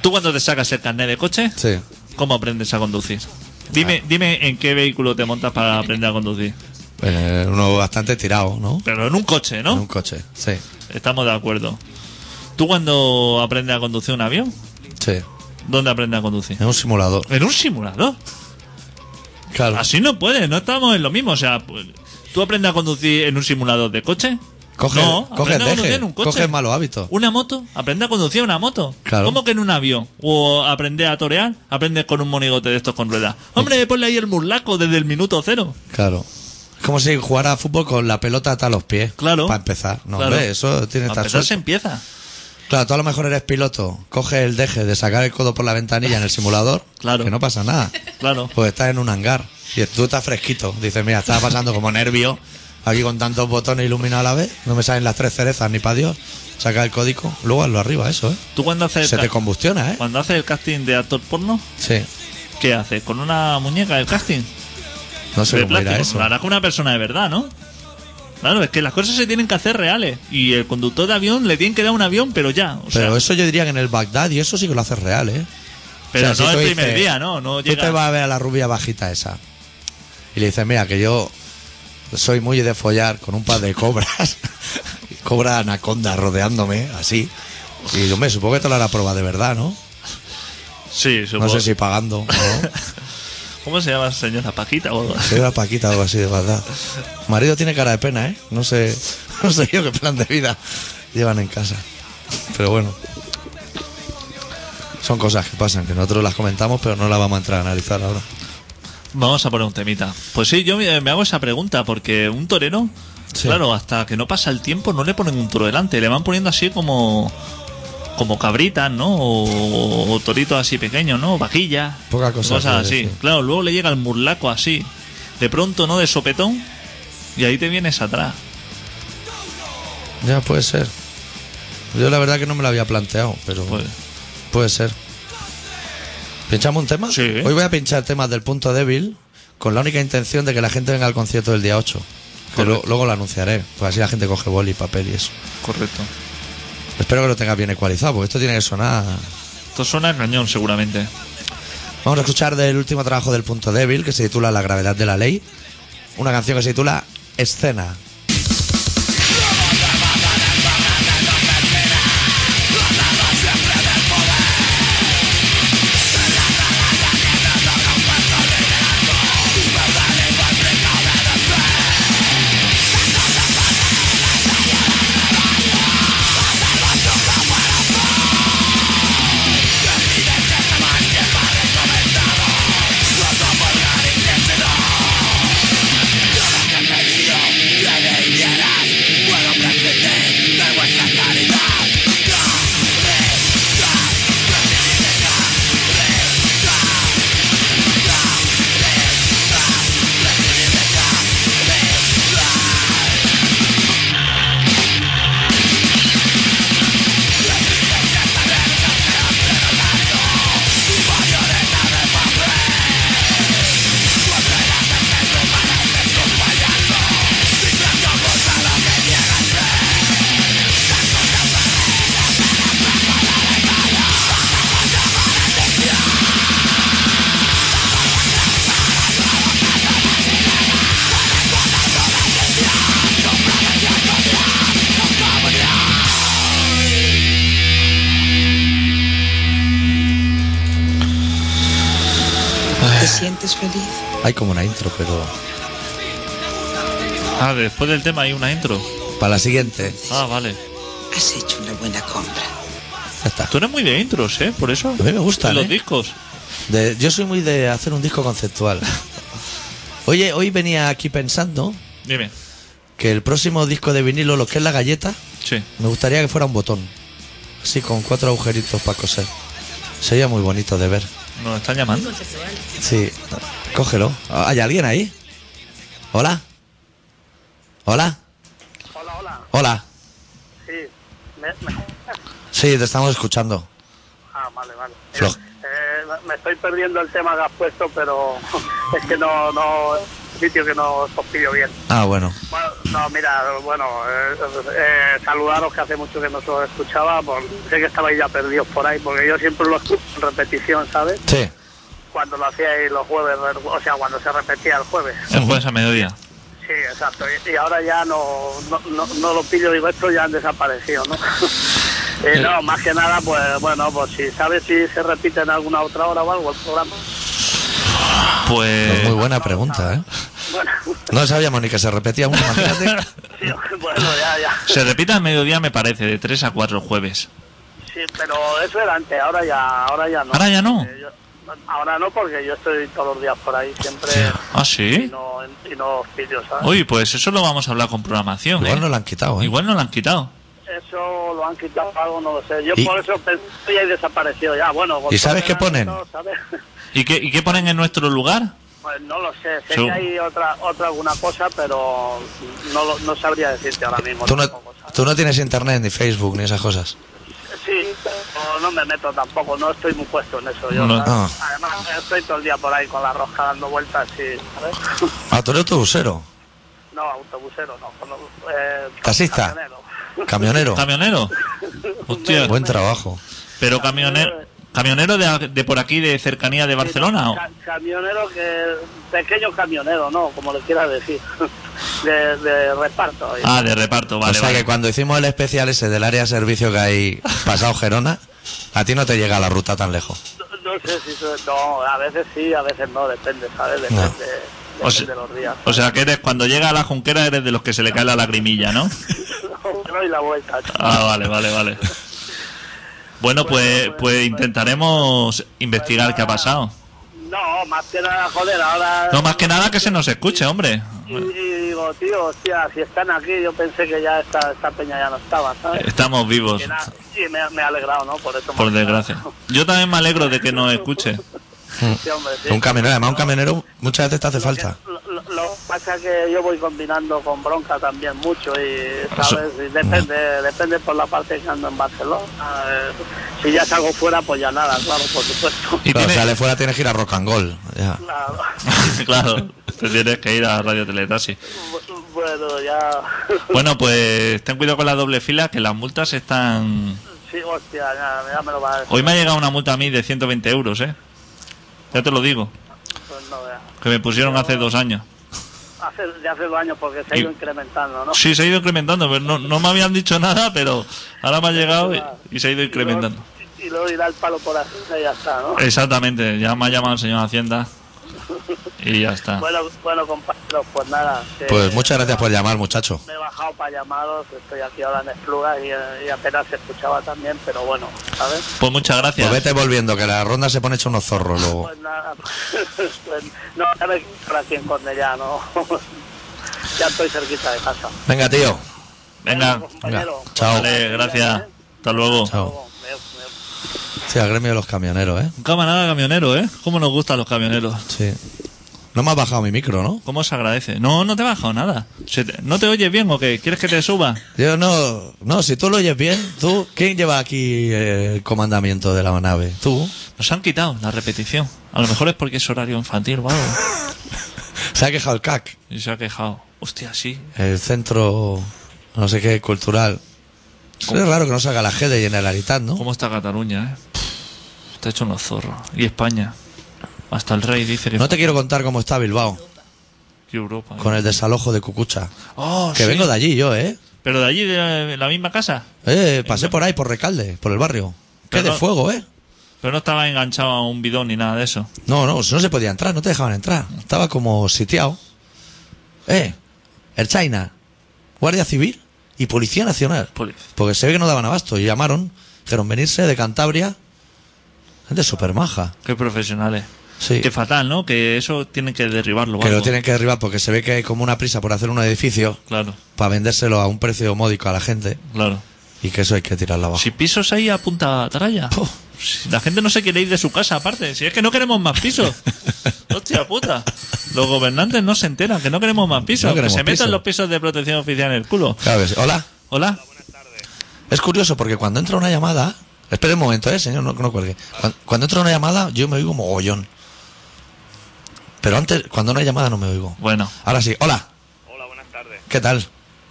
[SPEAKER 2] ¿Tú cuando te sacas el carnet de coche?
[SPEAKER 1] Sí.
[SPEAKER 2] ¿Cómo aprendes a conducir?
[SPEAKER 1] Ah.
[SPEAKER 2] Dime, dime en qué vehículo te montas para aprender a conducir.
[SPEAKER 1] Eh, uno bastante tirado, ¿no?
[SPEAKER 2] Pero en un coche, ¿no?
[SPEAKER 1] En un coche. Sí.
[SPEAKER 2] Estamos de acuerdo. ¿Tú cuando aprendes a conducir un avión?
[SPEAKER 1] Sí.
[SPEAKER 2] ¿Dónde aprendes a conducir?
[SPEAKER 1] En un simulador.
[SPEAKER 2] En un simulador.
[SPEAKER 1] Claro.
[SPEAKER 2] Así no puedes, no estamos en lo mismo. O sea, pues, ¿tú aprendes a conducir en un simulador de coche?
[SPEAKER 1] Coge,
[SPEAKER 2] no,
[SPEAKER 1] coge
[SPEAKER 2] aprendes a conducir
[SPEAKER 1] deje,
[SPEAKER 2] en un coche.
[SPEAKER 1] coge malos hábitos.
[SPEAKER 2] ¿Una moto? Aprende a conducir una moto.
[SPEAKER 1] Claro.
[SPEAKER 2] ¿Cómo que en un avión? ¿O aprender a torear? Aprendes con un monigote de estos con ruedas. Hombre, ponle ahí el murlaco desde el minuto cero.
[SPEAKER 1] Claro. Es como si jugara a fútbol con la pelota hasta los pies.
[SPEAKER 2] Claro.
[SPEAKER 1] Para empezar. No,
[SPEAKER 2] Claro.
[SPEAKER 1] hombre, eso tiene
[SPEAKER 2] A
[SPEAKER 1] esta
[SPEAKER 2] empezar se
[SPEAKER 1] suerte.
[SPEAKER 2] empieza.
[SPEAKER 1] Claro, tú a lo mejor eres piloto, coges el deje de sacar el codo por la ventanilla en el simulador,
[SPEAKER 2] [LAUGHS] Claro.
[SPEAKER 1] que no pasa nada.
[SPEAKER 2] Claro.
[SPEAKER 1] Pues estás en un hangar y tú estás fresquito. Dices, mira, estaba pasando como nervio, aquí con tantos botones iluminados a la vez, no me salen las tres cerezas ni para Dios. Saca el código, luego hazlo arriba, eso, ¿eh?
[SPEAKER 2] ¿Tú cuando haces,
[SPEAKER 1] Se
[SPEAKER 2] el
[SPEAKER 1] te
[SPEAKER 2] ca-
[SPEAKER 1] combustiona, ¿eh?
[SPEAKER 2] cuando haces el casting de actor porno,
[SPEAKER 1] Sí.
[SPEAKER 2] qué haces? ¿Con una muñeca el casting?
[SPEAKER 1] No sé
[SPEAKER 2] de
[SPEAKER 1] cómo irá
[SPEAKER 2] plástico.
[SPEAKER 1] eso.
[SPEAKER 2] Lo harás con una persona de verdad, ¿no? Claro, es que las cosas se tienen que hacer reales. Y el conductor de avión le tienen que dar un avión, pero ya. O sea,
[SPEAKER 1] Pero eso yo diría que en el Bagdad y eso sí que lo haces real, ¿eh?
[SPEAKER 2] pero
[SPEAKER 1] O sea,
[SPEAKER 2] no
[SPEAKER 1] si tú
[SPEAKER 2] el primer
[SPEAKER 1] dices,
[SPEAKER 2] día, ¿no? No
[SPEAKER 1] Tú
[SPEAKER 2] llega.
[SPEAKER 1] te vas a ver a la rubia bajita esa. Y le dices, mira, que yo soy muy de follar con un par de cobras. [LAUGHS] Cobra anaconda rodeándome, así. Y hombre, supongo que te lo hará prueba de verdad, ¿no?
[SPEAKER 2] Sí, supongo.
[SPEAKER 1] No sé si pagando. ¿no?
[SPEAKER 2] ¿Cómo se llama señora Paquita o algo?
[SPEAKER 1] Soy una paquita o algo así, de verdad. Marido tiene cara de pena, ¿eh? No sé, no sé yo qué plan de vida llevan en casa. Pero bueno. Son cosas que pasan, que nosotros las comentamos, pero no las vamos a entrar a analizar ahora.
[SPEAKER 2] Vamos a poner un temita. Pues sí, yo me, me hago esa pregunta porque un torero,
[SPEAKER 1] Sí.
[SPEAKER 2] claro, hasta que no pasa el tiempo no le ponen un toro delante, le van poniendo así como como cabritas, ¿no? O, o toritos así pequeños, ¿no? Vaquillas.
[SPEAKER 1] Poca cosa,
[SPEAKER 2] Cosas
[SPEAKER 1] sí,
[SPEAKER 2] así.
[SPEAKER 1] sí.
[SPEAKER 2] Claro, luego le llega el murlaco así. De pronto, ¿no? De sopetón. Y ahí te vienes atrás.
[SPEAKER 1] Ya, puede ser. Yo la verdad que no me lo había planteado, pero
[SPEAKER 2] Pues,
[SPEAKER 1] puede ser. ¿Pinchamos un tema?
[SPEAKER 2] Sí.
[SPEAKER 1] Hoy voy a pinchar temas del punto débil con la única intención de que la gente venga al concierto del día 8. Que lo-
[SPEAKER 2] Correcto.
[SPEAKER 1] luego lo anunciaré, pues así la gente coge boli, papel y eso.
[SPEAKER 2] correcto.
[SPEAKER 1] Espero que lo tengas bien ecualizado, porque esto tiene que sonar.
[SPEAKER 2] Esto suena a cañón, seguramente.
[SPEAKER 1] Vamos a escuchar del último trabajo del punto débil, que se titula La gravedad de la ley, una canción que se titula Escena.
[SPEAKER 6] ¿Te sientes feliz?
[SPEAKER 1] Hay como una intro, pero
[SPEAKER 2] Ah, después del tema hay una intro.
[SPEAKER 1] para la siguiente,
[SPEAKER 2] Ah, vale.
[SPEAKER 6] Has hecho una buena compra.
[SPEAKER 1] ya está.
[SPEAKER 2] Tú eres muy de intros, ¿eh? Por eso.
[SPEAKER 1] A mí me gustan,
[SPEAKER 2] De los
[SPEAKER 1] ¿eh?
[SPEAKER 2] discos.
[SPEAKER 1] De- yo soy muy de hacer un disco conceptual. Oye, hoy venía aquí pensando
[SPEAKER 2] Dime.
[SPEAKER 1] que el próximo disco de vinilo, lo que es la galleta,
[SPEAKER 2] Sí.
[SPEAKER 1] Me gustaría que fuera un botón. Así con cuatro agujeritos para coser. Sería muy bonito de ver.
[SPEAKER 2] Nos están llamando.
[SPEAKER 1] Sí. Cógelo. ¿Hay alguien ahí? ¿Hola? ¿Hola?
[SPEAKER 7] Hola, hola.
[SPEAKER 1] ¿Hola?
[SPEAKER 7] Sí. Me, me- [LAUGHS]
[SPEAKER 1] Sí, te estamos escuchando.
[SPEAKER 7] Ah, vale, vale.
[SPEAKER 1] Flo.
[SPEAKER 7] Eh, me estoy perdiendo el tema que has puesto, pero [LAUGHS] es que no, no, es un sitio que no os pillo bien.
[SPEAKER 1] Ah, bueno.
[SPEAKER 7] Bueno, no, mira, bueno, eh, eh, saludaros que hace mucho que no os escuchaba, por- sé que estabais ya perdidos por ahí, porque yo siempre lo escucho en repetición, ¿sabes?
[SPEAKER 1] Sí.
[SPEAKER 7] Cuando lo hacíais los jueves, o sea, cuando se repetía el jueves.
[SPEAKER 2] El jueves a mediodía.
[SPEAKER 7] Sí, exacto. Y, y ahora ya no, no, no, no lo pillo, digo, estos ya han desaparecido, ¿no? [LAUGHS] Eh, no, más que nada, pues bueno, pues si sabes si se repite en alguna otra hora o algo el programa.
[SPEAKER 1] Pues
[SPEAKER 2] Pues.
[SPEAKER 1] muy buena pregunta, ¿eh?
[SPEAKER 7] Bueno, [LAUGHS]
[SPEAKER 1] No sabíamos ni que se repetía una. imagínate.
[SPEAKER 7] sí, bueno, ya, ya.
[SPEAKER 2] [LAUGHS] Se repite a mediodía, me parece, de 3 a 4 jueves.
[SPEAKER 7] Sí, pero eso era antes, ahora ya, ahora ya no.
[SPEAKER 2] ¿Ahora ya no?
[SPEAKER 7] Eh, yo- ahora no, porque yo estoy todos los días por ahí, siempre.
[SPEAKER 2] Ah,
[SPEAKER 7] Y
[SPEAKER 2] sí.
[SPEAKER 7] no, y no os pillo, ¿sabes?
[SPEAKER 2] Uy, pues eso lo vamos a hablar con programación.
[SPEAKER 1] Igual
[SPEAKER 2] ¿eh?
[SPEAKER 1] no la han quitado, ¿eh?
[SPEAKER 2] Igual no lo han quitado.
[SPEAKER 7] Eso lo han quitado algo, no lo sé. Yo
[SPEAKER 1] Y-
[SPEAKER 7] por eso pensé y desapareció ya. Bueno,
[SPEAKER 1] ¿Y sabes qué ponen?
[SPEAKER 7] no, ¿sabes? [LAUGHS]
[SPEAKER 2] ¿Y qué, ¿Y qué ponen en nuestro lugar?
[SPEAKER 7] Pues no lo sé, sé
[SPEAKER 2] Su-
[SPEAKER 7] que hay otra, otra alguna cosa, pero no, lo- no sabría decirte ahora mismo.
[SPEAKER 1] Tú no,
[SPEAKER 7] tampoco, ¿sabes?
[SPEAKER 1] tú no tienes internet ni Facebook ni esas cosas.
[SPEAKER 7] Sí, pero no me meto tampoco, no estoy muy puesto en eso. Yo,
[SPEAKER 2] No.
[SPEAKER 7] ¿sabes?
[SPEAKER 1] Ah.
[SPEAKER 7] Además, estoy todo el día por ahí con la rosca dando vueltas y. ¿sabes? [LAUGHS]
[SPEAKER 1] Ah, tú eres autobusero,
[SPEAKER 7] No, autobusero, no. con- eh,
[SPEAKER 1] Taxista.
[SPEAKER 7] camionero. [LAUGHS]
[SPEAKER 1] camionero.
[SPEAKER 2] ¿Camionero? Hostia.
[SPEAKER 1] Buen trabajo.
[SPEAKER 2] Pero camionero, camionero de, de por aquí, de cercanía de Barcelona. ¿o?
[SPEAKER 7] Ca- camionero que. Pequeño camionero, ¿no? Como le quieras decir. [LAUGHS] De, de reparto.
[SPEAKER 2] Ah, de reparto, vale.
[SPEAKER 1] o sea
[SPEAKER 2] vale.
[SPEAKER 1] que cuando hicimos el especial ese del área de servicio que hay pasado Gerona, a ti no te llega la ruta tan lejos.
[SPEAKER 7] No, no sé si. eso- No, a veces sí, a veces no, depende, ¿sabes? Depende,
[SPEAKER 1] No.
[SPEAKER 7] depende
[SPEAKER 2] O sea-
[SPEAKER 7] de los días. [LAUGHS]
[SPEAKER 2] O sea que eres, cuando llega a la junquera eres de los que se le cae la lagrimilla, ¿no?
[SPEAKER 7] No doy la vuelta. chaval.
[SPEAKER 2] Ah, vale, vale, vale. Bueno, pues, pues intentaremos investigar qué ha pasado.
[SPEAKER 7] No, más que nada, joder, ahora.
[SPEAKER 2] No, más que nada que se nos escuche, hombre.
[SPEAKER 7] Y, y digo, tío, hostia, si están aquí, yo pensé que ya esta, esta peña ya no estaba, ¿sabes?
[SPEAKER 2] Estamos vivos,
[SPEAKER 7] Y, nada, y me, me ha alegrado, ¿no? Por eso.
[SPEAKER 2] Eh, por
[SPEAKER 7] más que nada.
[SPEAKER 2] desgracia. Yo también me alegro de que nos escuche. [LAUGHS]
[SPEAKER 7] Sí, hombre, sí.
[SPEAKER 1] Un camionero, además un camionero muchas veces te hace
[SPEAKER 7] Lo que-
[SPEAKER 1] falta.
[SPEAKER 7] Lo, lo- lo que pasa es que yo voy combinando con bronca también mucho y, ¿sabes? Y depende,
[SPEAKER 2] Mm.
[SPEAKER 7] depende por la parte que ando en Barcelona. Eh, si ya salgo fuera, pues ya nada, claro, por supuesto.
[SPEAKER 2] Y
[SPEAKER 1] Claro,
[SPEAKER 2] tiene-
[SPEAKER 1] sale fuera tienes que ir a rock and roll. ya.
[SPEAKER 7] [LAUGHS] Claro.
[SPEAKER 2] claro, te tienes que ir a Radio Teletasi.
[SPEAKER 7] Bu- Bueno, ya... [LAUGHS]
[SPEAKER 2] Bueno, pues ten cuidado con la doble fila, que las multas están...
[SPEAKER 7] Sí, hostia, ya, ya me lo va a decir.
[SPEAKER 2] Hoy me ha llegado una multa a mí de 120 euros, ¿eh? Ya te lo digo,
[SPEAKER 7] Pues no veas.
[SPEAKER 2] que me pusieron hace dos años.
[SPEAKER 7] Hace, de hace dos años porque se ha ido
[SPEAKER 2] Y-
[SPEAKER 7] incrementando, ¿no?
[SPEAKER 2] Sí, se ha ido incrementando, pero no, no me habían dicho nada, pero ahora me ha llegado y, y se ha ido incrementando. Eh.
[SPEAKER 7] Y luego, y luego irá el palo por así y ya está, ¿no?
[SPEAKER 2] Exactamente, ya me ha llamado el señor Hacienda y ya está.
[SPEAKER 7] Bueno, bueno, compañeros, pues nada. que-
[SPEAKER 1] Pues muchas gracias por llamar, muchacho.
[SPEAKER 7] Me he bajado para llamados, estoy aquí ahora en Esplugas y, eh, y apenas se escuchaba también, pero bueno, ¿sabes?
[SPEAKER 2] Pues muchas
[SPEAKER 1] Pues
[SPEAKER 2] gracias.
[SPEAKER 1] vete volviendo, que la ronda se pone hecho unos zorros luego.
[SPEAKER 7] [LAUGHS] Pues nada, pues no, ya me para aquí en Cornellá, no. [LAUGHS] ya estoy cerquita de casa.
[SPEAKER 1] Venga, tío.
[SPEAKER 2] Venga,
[SPEAKER 7] compañero.
[SPEAKER 1] venga, chao.
[SPEAKER 2] vale, gracias. Hasta luego.
[SPEAKER 1] Chao.
[SPEAKER 7] Me- me-
[SPEAKER 1] Sí, al gremio de los camioneros, ¿eh?
[SPEAKER 2] Un camarada camionero, ¿eh? ¿Cómo nos gustan los camioneros?
[SPEAKER 1] Sí. No me has bajado mi micro, ¿no?
[SPEAKER 2] ¿Cómo se agradece? No, no te he bajado nada. Se te- ¿No te oyes bien o qué? ¿Quieres que te suba?
[SPEAKER 1] Yo no, no, si tú lo oyes bien, tú, ¿quién lleva aquí eh, el comandamiento de la nave? Tú.
[SPEAKER 2] Nos han quitado la repetición. A lo mejor es porque es horario infantil o algo.
[SPEAKER 1] Se ha quejado el CAC,
[SPEAKER 2] Y se ha quejado. Hostia, sí.
[SPEAKER 1] el centro, no sé qué, cultural. Es raro que no salga la GEDE y en el Aritat, ¿no?
[SPEAKER 2] ¿Cómo está Cataluña, eh? Pff, Está hecho unos zorros. Y España. Hasta el rey dice que
[SPEAKER 1] No te quiero contar cómo está Bilbao,
[SPEAKER 2] que Europa. eh.
[SPEAKER 1] con el desalojo de Cucucha.
[SPEAKER 2] Oh,
[SPEAKER 1] Que
[SPEAKER 2] sí.
[SPEAKER 1] vengo de allí yo, ¿eh?
[SPEAKER 2] Pero de allí, de la, de la misma casa.
[SPEAKER 1] Eh, pasé por ahí, por Recalde, por el barrio. Qué de
[SPEAKER 2] Perdón.
[SPEAKER 1] fuego, ¿eh?
[SPEAKER 2] Pero no estaba enganchado a un bidón ni nada de eso.
[SPEAKER 1] No, no, no se podía entrar, no te dejaban entrar. Estaba como sitiado. Eh, el China, Guardia Civil y Policía Nacional.
[SPEAKER 2] Poli-
[SPEAKER 1] Porque se ve que no daban abasto. Y llamaron, dijeron venirse de Cantabria. Gente súper maja.
[SPEAKER 2] Qué profesionales.
[SPEAKER 1] Sí.
[SPEAKER 2] Que fatal, ¿no? Que eso tienen que derribarlo. o
[SPEAKER 1] Que lo
[SPEAKER 2] algo.
[SPEAKER 1] tienen que derribar porque se ve que hay como una prisa por hacer un edificio
[SPEAKER 2] Claro,
[SPEAKER 1] para vendérselo a un precio módico a la gente
[SPEAKER 2] claro.
[SPEAKER 1] y que eso hay que tirarlo abajo.
[SPEAKER 2] Si pisos ahí a punta traya. Si La gente no se quiere ir de su casa, aparte. Si es que no queremos más
[SPEAKER 1] [LAUGHS]
[SPEAKER 2] pisos. Hostia puta. Los gobernantes no se enteran que no queremos más pisos.
[SPEAKER 1] No queremos
[SPEAKER 2] que se metan
[SPEAKER 1] pisos.
[SPEAKER 2] los pisos de protección oficial en el culo.
[SPEAKER 1] Claro que sí. Hola.
[SPEAKER 2] Hola.
[SPEAKER 1] Es curioso porque cuando entra una llamada. Espere un momento, eh, señor, no, no cuelgue. Cuando, cuando entra una llamada, yo me oigo mogollón. Pero antes, cuando no hay llamada, no me oigo.
[SPEAKER 2] Bueno.
[SPEAKER 1] Ahora sí, hola,
[SPEAKER 8] Hola, buenas tardes.
[SPEAKER 1] ¿qué tal?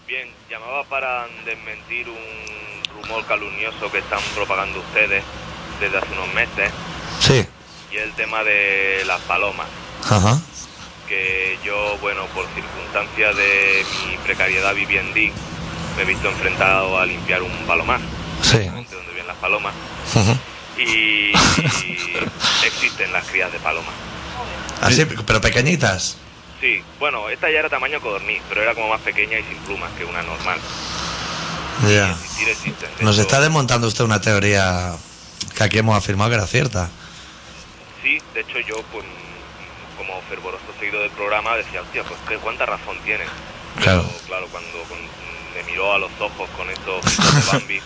[SPEAKER 8] Bien, llamaba para desmentir un rumor calumnioso que están propagando ustedes desde hace unos meses
[SPEAKER 1] Sí,
[SPEAKER 8] y es el tema de las palomas.
[SPEAKER 1] ajá,
[SPEAKER 8] Que yo, bueno, por circunstancia de mi precariedad viviendil, me he visto enfrentado a limpiar un palomar,
[SPEAKER 1] sí,
[SPEAKER 8] de donde vienen las palomas,
[SPEAKER 1] ujú. [LAUGHS]
[SPEAKER 8] y, y existen las crías de palomas.
[SPEAKER 1] Así, pero pequeñitas.
[SPEAKER 8] Sí, bueno, esta ya era tamaño codorniz, pero era como más pequeña y sin plumas que una normal.
[SPEAKER 1] Ya.
[SPEAKER 8] Existir existen. de
[SPEAKER 1] Nos
[SPEAKER 8] hecho-
[SPEAKER 1] está desmontando usted una teoría que aquí hemos afirmado que era cierta.
[SPEAKER 8] Sí, de hecho yo, pues, como fervoroso seguidor del programa, decía, hostia, pues qué cuánta razón tiene.
[SPEAKER 1] Claro.
[SPEAKER 8] Pero, claro, cuando con- me miró a los ojos
[SPEAKER 1] [LAUGHS]
[SPEAKER 8] con esos ojos de Bambi,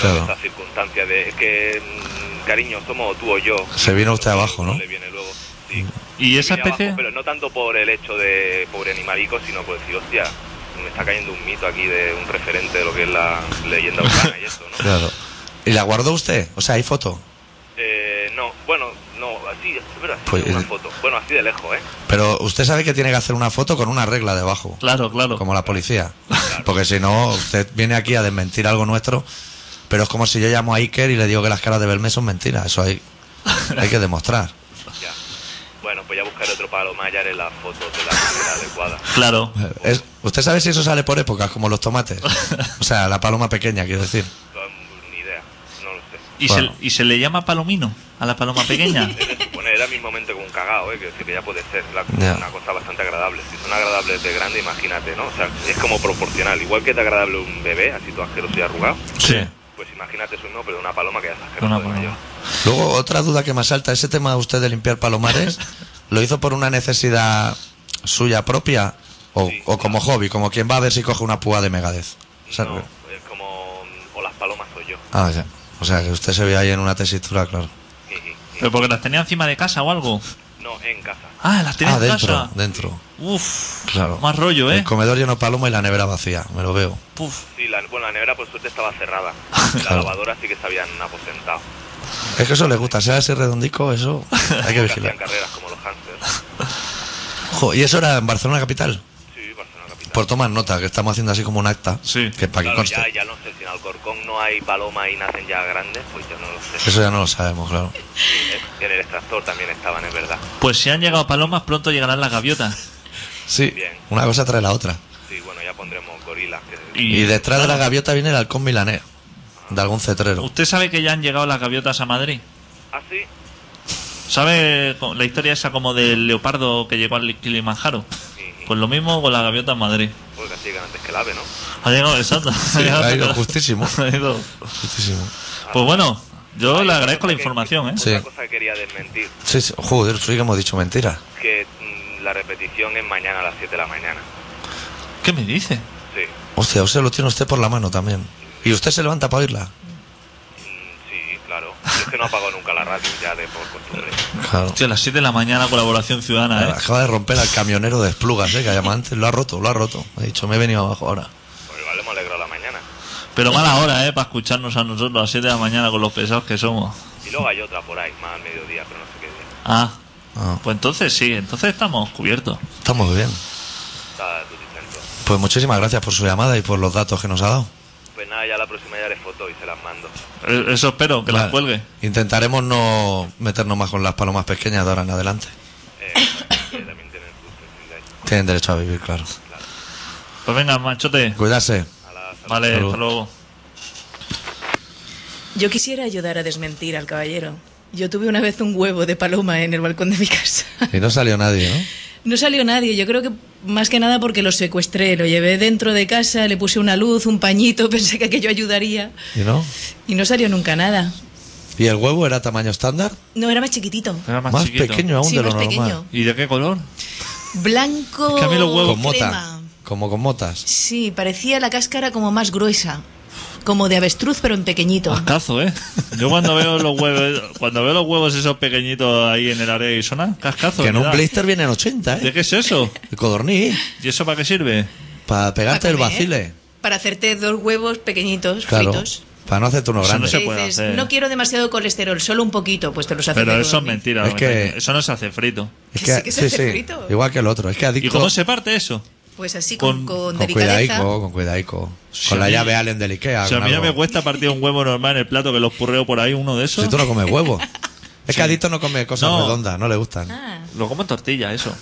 [SPEAKER 1] Claro.
[SPEAKER 8] esa circunstancia de es que, mm, cariño, somos tú o yo.
[SPEAKER 1] Se vino usted abajo, ¿no?
[SPEAKER 8] Le viene luego. Sí.
[SPEAKER 2] ¿Y
[SPEAKER 8] Me
[SPEAKER 2] esa
[SPEAKER 8] vine abajo,
[SPEAKER 2] especie?
[SPEAKER 8] pero no tanto por el hecho de pobre animalico, sino por decir, hostia, me está cayendo un mito aquí de un referente de lo que es la leyenda urbana y eso,
[SPEAKER 1] [LAUGHS]
[SPEAKER 8] ¿no?
[SPEAKER 1] Claro. ¿Y la guardó usted? O sea, hay foto.
[SPEAKER 8] Eh, no, bueno, no, así, es verdad, así
[SPEAKER 1] Pues,
[SPEAKER 8] tengo
[SPEAKER 1] eh,
[SPEAKER 8] una foto. Bueno, así de lejos, ¿eh?
[SPEAKER 1] Pero usted sabe que tiene que hacer una foto con una regla debajo,
[SPEAKER 2] Claro, claro.
[SPEAKER 1] como la policía. Porque si no, usted viene aquí a desmentir algo nuestro, pero es como si yo llamo a Iker y le digo que las caras de Belmé son mentiras. Eso hay, hay que demostrar.
[SPEAKER 8] Ya. Bueno, pues ya buscaré otro paloma, ya haré las fotos de la manera adecuada.
[SPEAKER 2] Claro.
[SPEAKER 1] Es- ¿Usted sabe si eso sale por épocas, como los tomates? O sea, la paloma pequeña, quiero decir.
[SPEAKER 8] No, ni idea, no lo sé.
[SPEAKER 2] ¿Y,
[SPEAKER 1] Bueno.
[SPEAKER 2] se, y se le llama palomino a la paloma
[SPEAKER 8] [LAUGHS]
[SPEAKER 2] pequeña.
[SPEAKER 8] Es de suponer, era mismamente como un cagao, ¿eh? Que, que ya puede ser la-
[SPEAKER 1] Ya.
[SPEAKER 8] una cosa bastante agradable. Si son agradables de grande, imagínate, ¿no? O sea, es como proporcional. Igual que es agradable un bebé, así todo asqueroso y arrugado,
[SPEAKER 2] sí.
[SPEAKER 8] pues imagínate eso, no, pero una paloma que ya es asqueroso
[SPEAKER 2] Una
[SPEAKER 8] de mayor.
[SPEAKER 2] paloma.
[SPEAKER 1] Luego, otra duda que me salta, ese tema de usted de limpiar palomares, ¿lo hizo por una necesidad suya propia o,
[SPEAKER 8] Sí.
[SPEAKER 1] o como hobby, como quien va a ver si coge una púa de Megadez? O sea,
[SPEAKER 8] No, es como... mm, O las palomas soy yo. [LAUGHS]
[SPEAKER 1] ah, ya. O sea, que usted se ve ahí en una tesitura, claro.
[SPEAKER 2] Pero porque las tenía encima de casa o algo.
[SPEAKER 8] No, en casa.
[SPEAKER 2] Ah, las tenía
[SPEAKER 1] Ah,
[SPEAKER 2] en
[SPEAKER 1] dentro,
[SPEAKER 2] casa.
[SPEAKER 1] dentro.
[SPEAKER 2] Uf.
[SPEAKER 1] Claro.
[SPEAKER 2] Más rollo, ¿eh?
[SPEAKER 1] El comedor lleno de paloma y la nevera vacía, me lo veo.
[SPEAKER 2] Puf.
[SPEAKER 8] Sí, la, bueno, la nevera por suerte estaba
[SPEAKER 1] [LAUGHS]
[SPEAKER 8] cerrada. La
[SPEAKER 1] Claro.
[SPEAKER 8] lavadora sí que se habían aposentado.
[SPEAKER 1] Es que eso les gusta, sea así redondico, eso hay que
[SPEAKER 8] Que hacían
[SPEAKER 1] vigilar.
[SPEAKER 2] [LAUGHS]
[SPEAKER 8] carreras como los hamsters.
[SPEAKER 1] Jo, y eso era en Barcelona capital.
[SPEAKER 8] Sí, Barcelona capital.
[SPEAKER 1] Por tomar nota, que estamos haciendo así como un acta.
[SPEAKER 2] Sí.
[SPEAKER 1] Que para que
[SPEAKER 8] Claro, ya,
[SPEAKER 1] conste.
[SPEAKER 8] ya no sé si en Alcorcón no hay paloma y nacen ya grandes, pues yo no lo sé.
[SPEAKER 1] Eso ya no lo sabemos, claro.
[SPEAKER 8] En el extractor también estaban, es verdad.
[SPEAKER 2] Pues si han llegado palomas, pronto llegarán las gaviotas.
[SPEAKER 1] Sí.
[SPEAKER 8] Bien.
[SPEAKER 1] Una cosa trae la otra.
[SPEAKER 8] Sí, bueno, ya pondremos gorilas. Que...
[SPEAKER 2] Y,
[SPEAKER 1] Y detrás de la gaviota viene el halcón milanés. De algún cetrero.
[SPEAKER 2] ¿Usted sabe que ya han llegado las gaviotas a Madrid?
[SPEAKER 8] Ah, sí.
[SPEAKER 2] ¿Sabe co- la historia esa como del leopardo que llegó al Kilimanjaro?
[SPEAKER 8] Sí,
[SPEAKER 2] Pues lo mismo con la gaviota en Madrid.
[SPEAKER 8] porque así llegan antes pues que el ave, ¿no?
[SPEAKER 2] Ha llegado exacto. ha llegado- [LAUGHS]
[SPEAKER 1] ha ido justísimo.
[SPEAKER 2] Ha ido-
[SPEAKER 1] Justísimo.
[SPEAKER 2] Pues bueno, yo
[SPEAKER 8] Hay
[SPEAKER 2] le
[SPEAKER 8] otra
[SPEAKER 2] agradezco la
[SPEAKER 8] cosa que-
[SPEAKER 2] información, ¿eh?
[SPEAKER 1] Sí.
[SPEAKER 8] Otra cosa que quería desmentir,
[SPEAKER 1] Sí, sí. Joder, sí que hemos dicho mentira.
[SPEAKER 8] que mm, la repetición es mañana a las 7 de la mañana.
[SPEAKER 2] ¿Qué me dice?
[SPEAKER 8] Sí,
[SPEAKER 1] Hostia, usted lo tiene usted por la mano también. Y usted se levanta para oírla.
[SPEAKER 8] mm, sí, claro. Yo es que no apago nunca la radio, ya de por costumbre.
[SPEAKER 1] Claro. Ah,
[SPEAKER 2] Hostia, a las 7 de la mañana, colaboración ciudadana, ¿eh?
[SPEAKER 1] Acaba de romper al camionero de esplugas, eh, que además antes lo ha roto, lo ha roto. Ha dicho, me he venido abajo ahora.
[SPEAKER 8] Pues vale, me alegro la mañana.
[SPEAKER 2] Pero mala hora, ¿eh? Para escucharnos a nosotros a las 7 de la mañana con los pesados que somos.
[SPEAKER 8] Y luego hay otra por ahí, más al mediodía, pero no sé qué día.
[SPEAKER 2] Ah,
[SPEAKER 1] Ah,
[SPEAKER 2] pues entonces sí, entonces estamos cubiertos.
[SPEAKER 1] estamos bien.
[SPEAKER 8] Está Tuticentro.
[SPEAKER 1] Pues muchísimas gracias por su llamada y por los datos que nos ha dado.
[SPEAKER 8] Pues nada, ya la próxima ya haré fotos y se las mando.
[SPEAKER 2] Eh, Eso espero, que
[SPEAKER 1] Vale.
[SPEAKER 2] las cuelgue.
[SPEAKER 1] Intentaremos no meternos más con las palomas pequeñas de ahora en adelante.
[SPEAKER 8] Eh, que también tienen sus sensibilidades.
[SPEAKER 1] Tienen derecho a vivir, claro.
[SPEAKER 2] Pues venga, machote.
[SPEAKER 1] Cuidarse.
[SPEAKER 8] A la salud.
[SPEAKER 2] Vale,
[SPEAKER 1] Salud.
[SPEAKER 2] hasta luego.
[SPEAKER 5] Yo quisiera ayudar a desmentir al caballero. Yo tuve una vez un huevo de paloma en el balcón de mi casa.
[SPEAKER 1] Y no salió nadie, ¿no?
[SPEAKER 5] No salió nadie, yo creo que más que nada porque lo secuestré, lo llevé dentro de casa, le [LAUGHS] puse una luz, un pañito, pensé que aquello ayudaría
[SPEAKER 1] ¿Y no?
[SPEAKER 5] y no salió nunca nada.
[SPEAKER 1] ¿Y ¿Y el huevo era tamaño estándar?
[SPEAKER 5] No, era más chiquitito.
[SPEAKER 2] Era más,
[SPEAKER 1] Más
[SPEAKER 2] chiquito.
[SPEAKER 1] pequeño aún
[SPEAKER 5] Sí,
[SPEAKER 1] de lo
[SPEAKER 5] más pequeño.
[SPEAKER 1] normal.
[SPEAKER 2] ¿Y de qué color?
[SPEAKER 5] Blanco.
[SPEAKER 2] Es que a mí los huevos-
[SPEAKER 1] Con mota.
[SPEAKER 5] crema.
[SPEAKER 1] Como con motas.
[SPEAKER 5] Sí, parecía la cáscara como más gruesa. Como de avestruz, pero en pequeñito.
[SPEAKER 2] Cascazo, ¿eh? Yo cuando veo los huevos, cuando veo los huevos esos pequeñitos ahí en el área de Arizona, cascazo.
[SPEAKER 1] Que en un
[SPEAKER 2] ¿verdad?
[SPEAKER 1] blister vienen 80,
[SPEAKER 2] ¿De
[SPEAKER 1] ¿eh?
[SPEAKER 2] qué es eso?
[SPEAKER 1] El codorniz.
[SPEAKER 2] ¿Y eso para qué sirve?
[SPEAKER 1] Para pegarte el
[SPEAKER 5] Para comer,
[SPEAKER 1] vacile.
[SPEAKER 5] Para hacerte dos huevos pequeñitos,
[SPEAKER 1] Claro.
[SPEAKER 5] fritos.
[SPEAKER 1] Para no hacerte uno
[SPEAKER 2] Eso no
[SPEAKER 1] grande.
[SPEAKER 2] se
[SPEAKER 5] Que
[SPEAKER 2] puede
[SPEAKER 5] dices,
[SPEAKER 2] hacer.
[SPEAKER 5] no quiero demasiado colesterol, solo un poquito, pues te los hace
[SPEAKER 2] Pero
[SPEAKER 5] de
[SPEAKER 2] eso es
[SPEAKER 5] dormir.
[SPEAKER 2] mentira.
[SPEAKER 1] Es que-
[SPEAKER 2] Eso no se hace frito.
[SPEAKER 1] Es
[SPEAKER 5] Que sí, que se hace frito.
[SPEAKER 1] Igual que el otro. Es que
[SPEAKER 2] ¿Y
[SPEAKER 1] adicto.
[SPEAKER 2] cómo se parte eso?
[SPEAKER 5] Pues así,
[SPEAKER 2] Con-
[SPEAKER 5] con, con,
[SPEAKER 1] Con
[SPEAKER 5] delicadeza.
[SPEAKER 1] cuidaico, con cuidaico.
[SPEAKER 2] Si
[SPEAKER 1] con
[SPEAKER 2] a
[SPEAKER 1] la
[SPEAKER 2] mí-
[SPEAKER 1] llave Allen del Ikea.
[SPEAKER 2] Si a
[SPEAKER 1] con
[SPEAKER 2] mí ya
[SPEAKER 1] algo.
[SPEAKER 2] me cuesta partir un huevo normal en el plato que los purreo por ahí, uno de esos.
[SPEAKER 1] Si tú no comes
[SPEAKER 2] [LAUGHS]
[SPEAKER 1] huevo. Es que
[SPEAKER 2] Sí.
[SPEAKER 1] adicto no come cosas
[SPEAKER 2] No.
[SPEAKER 1] redondas, no le gustan.
[SPEAKER 5] Ah,
[SPEAKER 2] Lo como en tortilla, eso.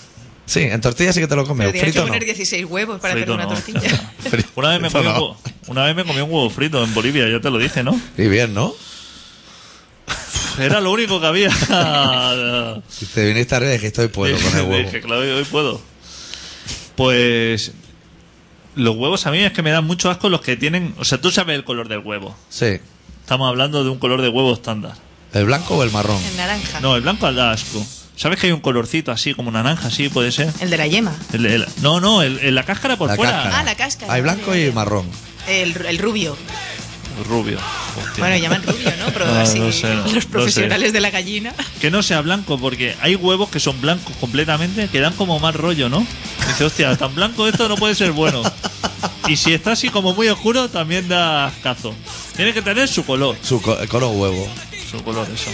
[SPEAKER 1] Sí, en tortillas sí que te lo comes.
[SPEAKER 5] pero tienes que
[SPEAKER 1] Frito no.
[SPEAKER 5] poner 16 huevos para
[SPEAKER 2] Frito
[SPEAKER 5] hacer una
[SPEAKER 2] no. [LAUGHS]
[SPEAKER 5] tortilla.
[SPEAKER 1] [LAUGHS] Frito-
[SPEAKER 2] Una vez, me
[SPEAKER 1] frito
[SPEAKER 2] comí
[SPEAKER 1] no.
[SPEAKER 2] un huevo- una vez me comí un huevo frito en Bolivia, ya te lo
[SPEAKER 1] [LAUGHS]
[SPEAKER 2] dije, ¿no?
[SPEAKER 1] Y bien, ¿no?
[SPEAKER 2] Era lo único que había.
[SPEAKER 1] Y te viniste arriba y dijiste, hoy [LAUGHS] puedo con el huevo.
[SPEAKER 2] Dije, claro, hoy puedo. Pues los huevos a mí es que me dan mucho asco los que tienen... O sea, tú sabes el color del huevo.
[SPEAKER 1] Sí.
[SPEAKER 2] Estamos hablando de un color de huevo estándar.
[SPEAKER 1] ¿El blanco o el marrón?
[SPEAKER 5] El naranja.
[SPEAKER 2] No, el blanco da asco. ¿Sabes que hay un colorcito así, como naranja, así puede ser?
[SPEAKER 5] El de la yema.
[SPEAKER 2] El- el- no, no, el, el- la cáscara por
[SPEAKER 1] La
[SPEAKER 2] fuera.
[SPEAKER 1] cáscara.
[SPEAKER 5] Ah, la cáscara,
[SPEAKER 1] Hay blanco
[SPEAKER 5] vale,
[SPEAKER 1] y
[SPEAKER 5] vale.
[SPEAKER 1] marrón.
[SPEAKER 5] El, el rubio.
[SPEAKER 2] Rubio. Hostia.
[SPEAKER 5] Bueno, llaman rubio, ¿no?
[SPEAKER 2] [LAUGHS]
[SPEAKER 5] Pero
[SPEAKER 2] No,
[SPEAKER 5] así,
[SPEAKER 2] no sé, no, no
[SPEAKER 5] los
[SPEAKER 2] sé.
[SPEAKER 5] profesionales de la gallina.
[SPEAKER 2] Que no sea blanco, porque hay huevos que son blancos completamente, que dan como mal rollo, ¿no? Dice, hostia, tan blanco esto no puede ser bueno. Y si está así como muy oscuro, también da cazo. Tiene que tener su color.
[SPEAKER 1] Su co- color huevo.
[SPEAKER 2] Su color, eso.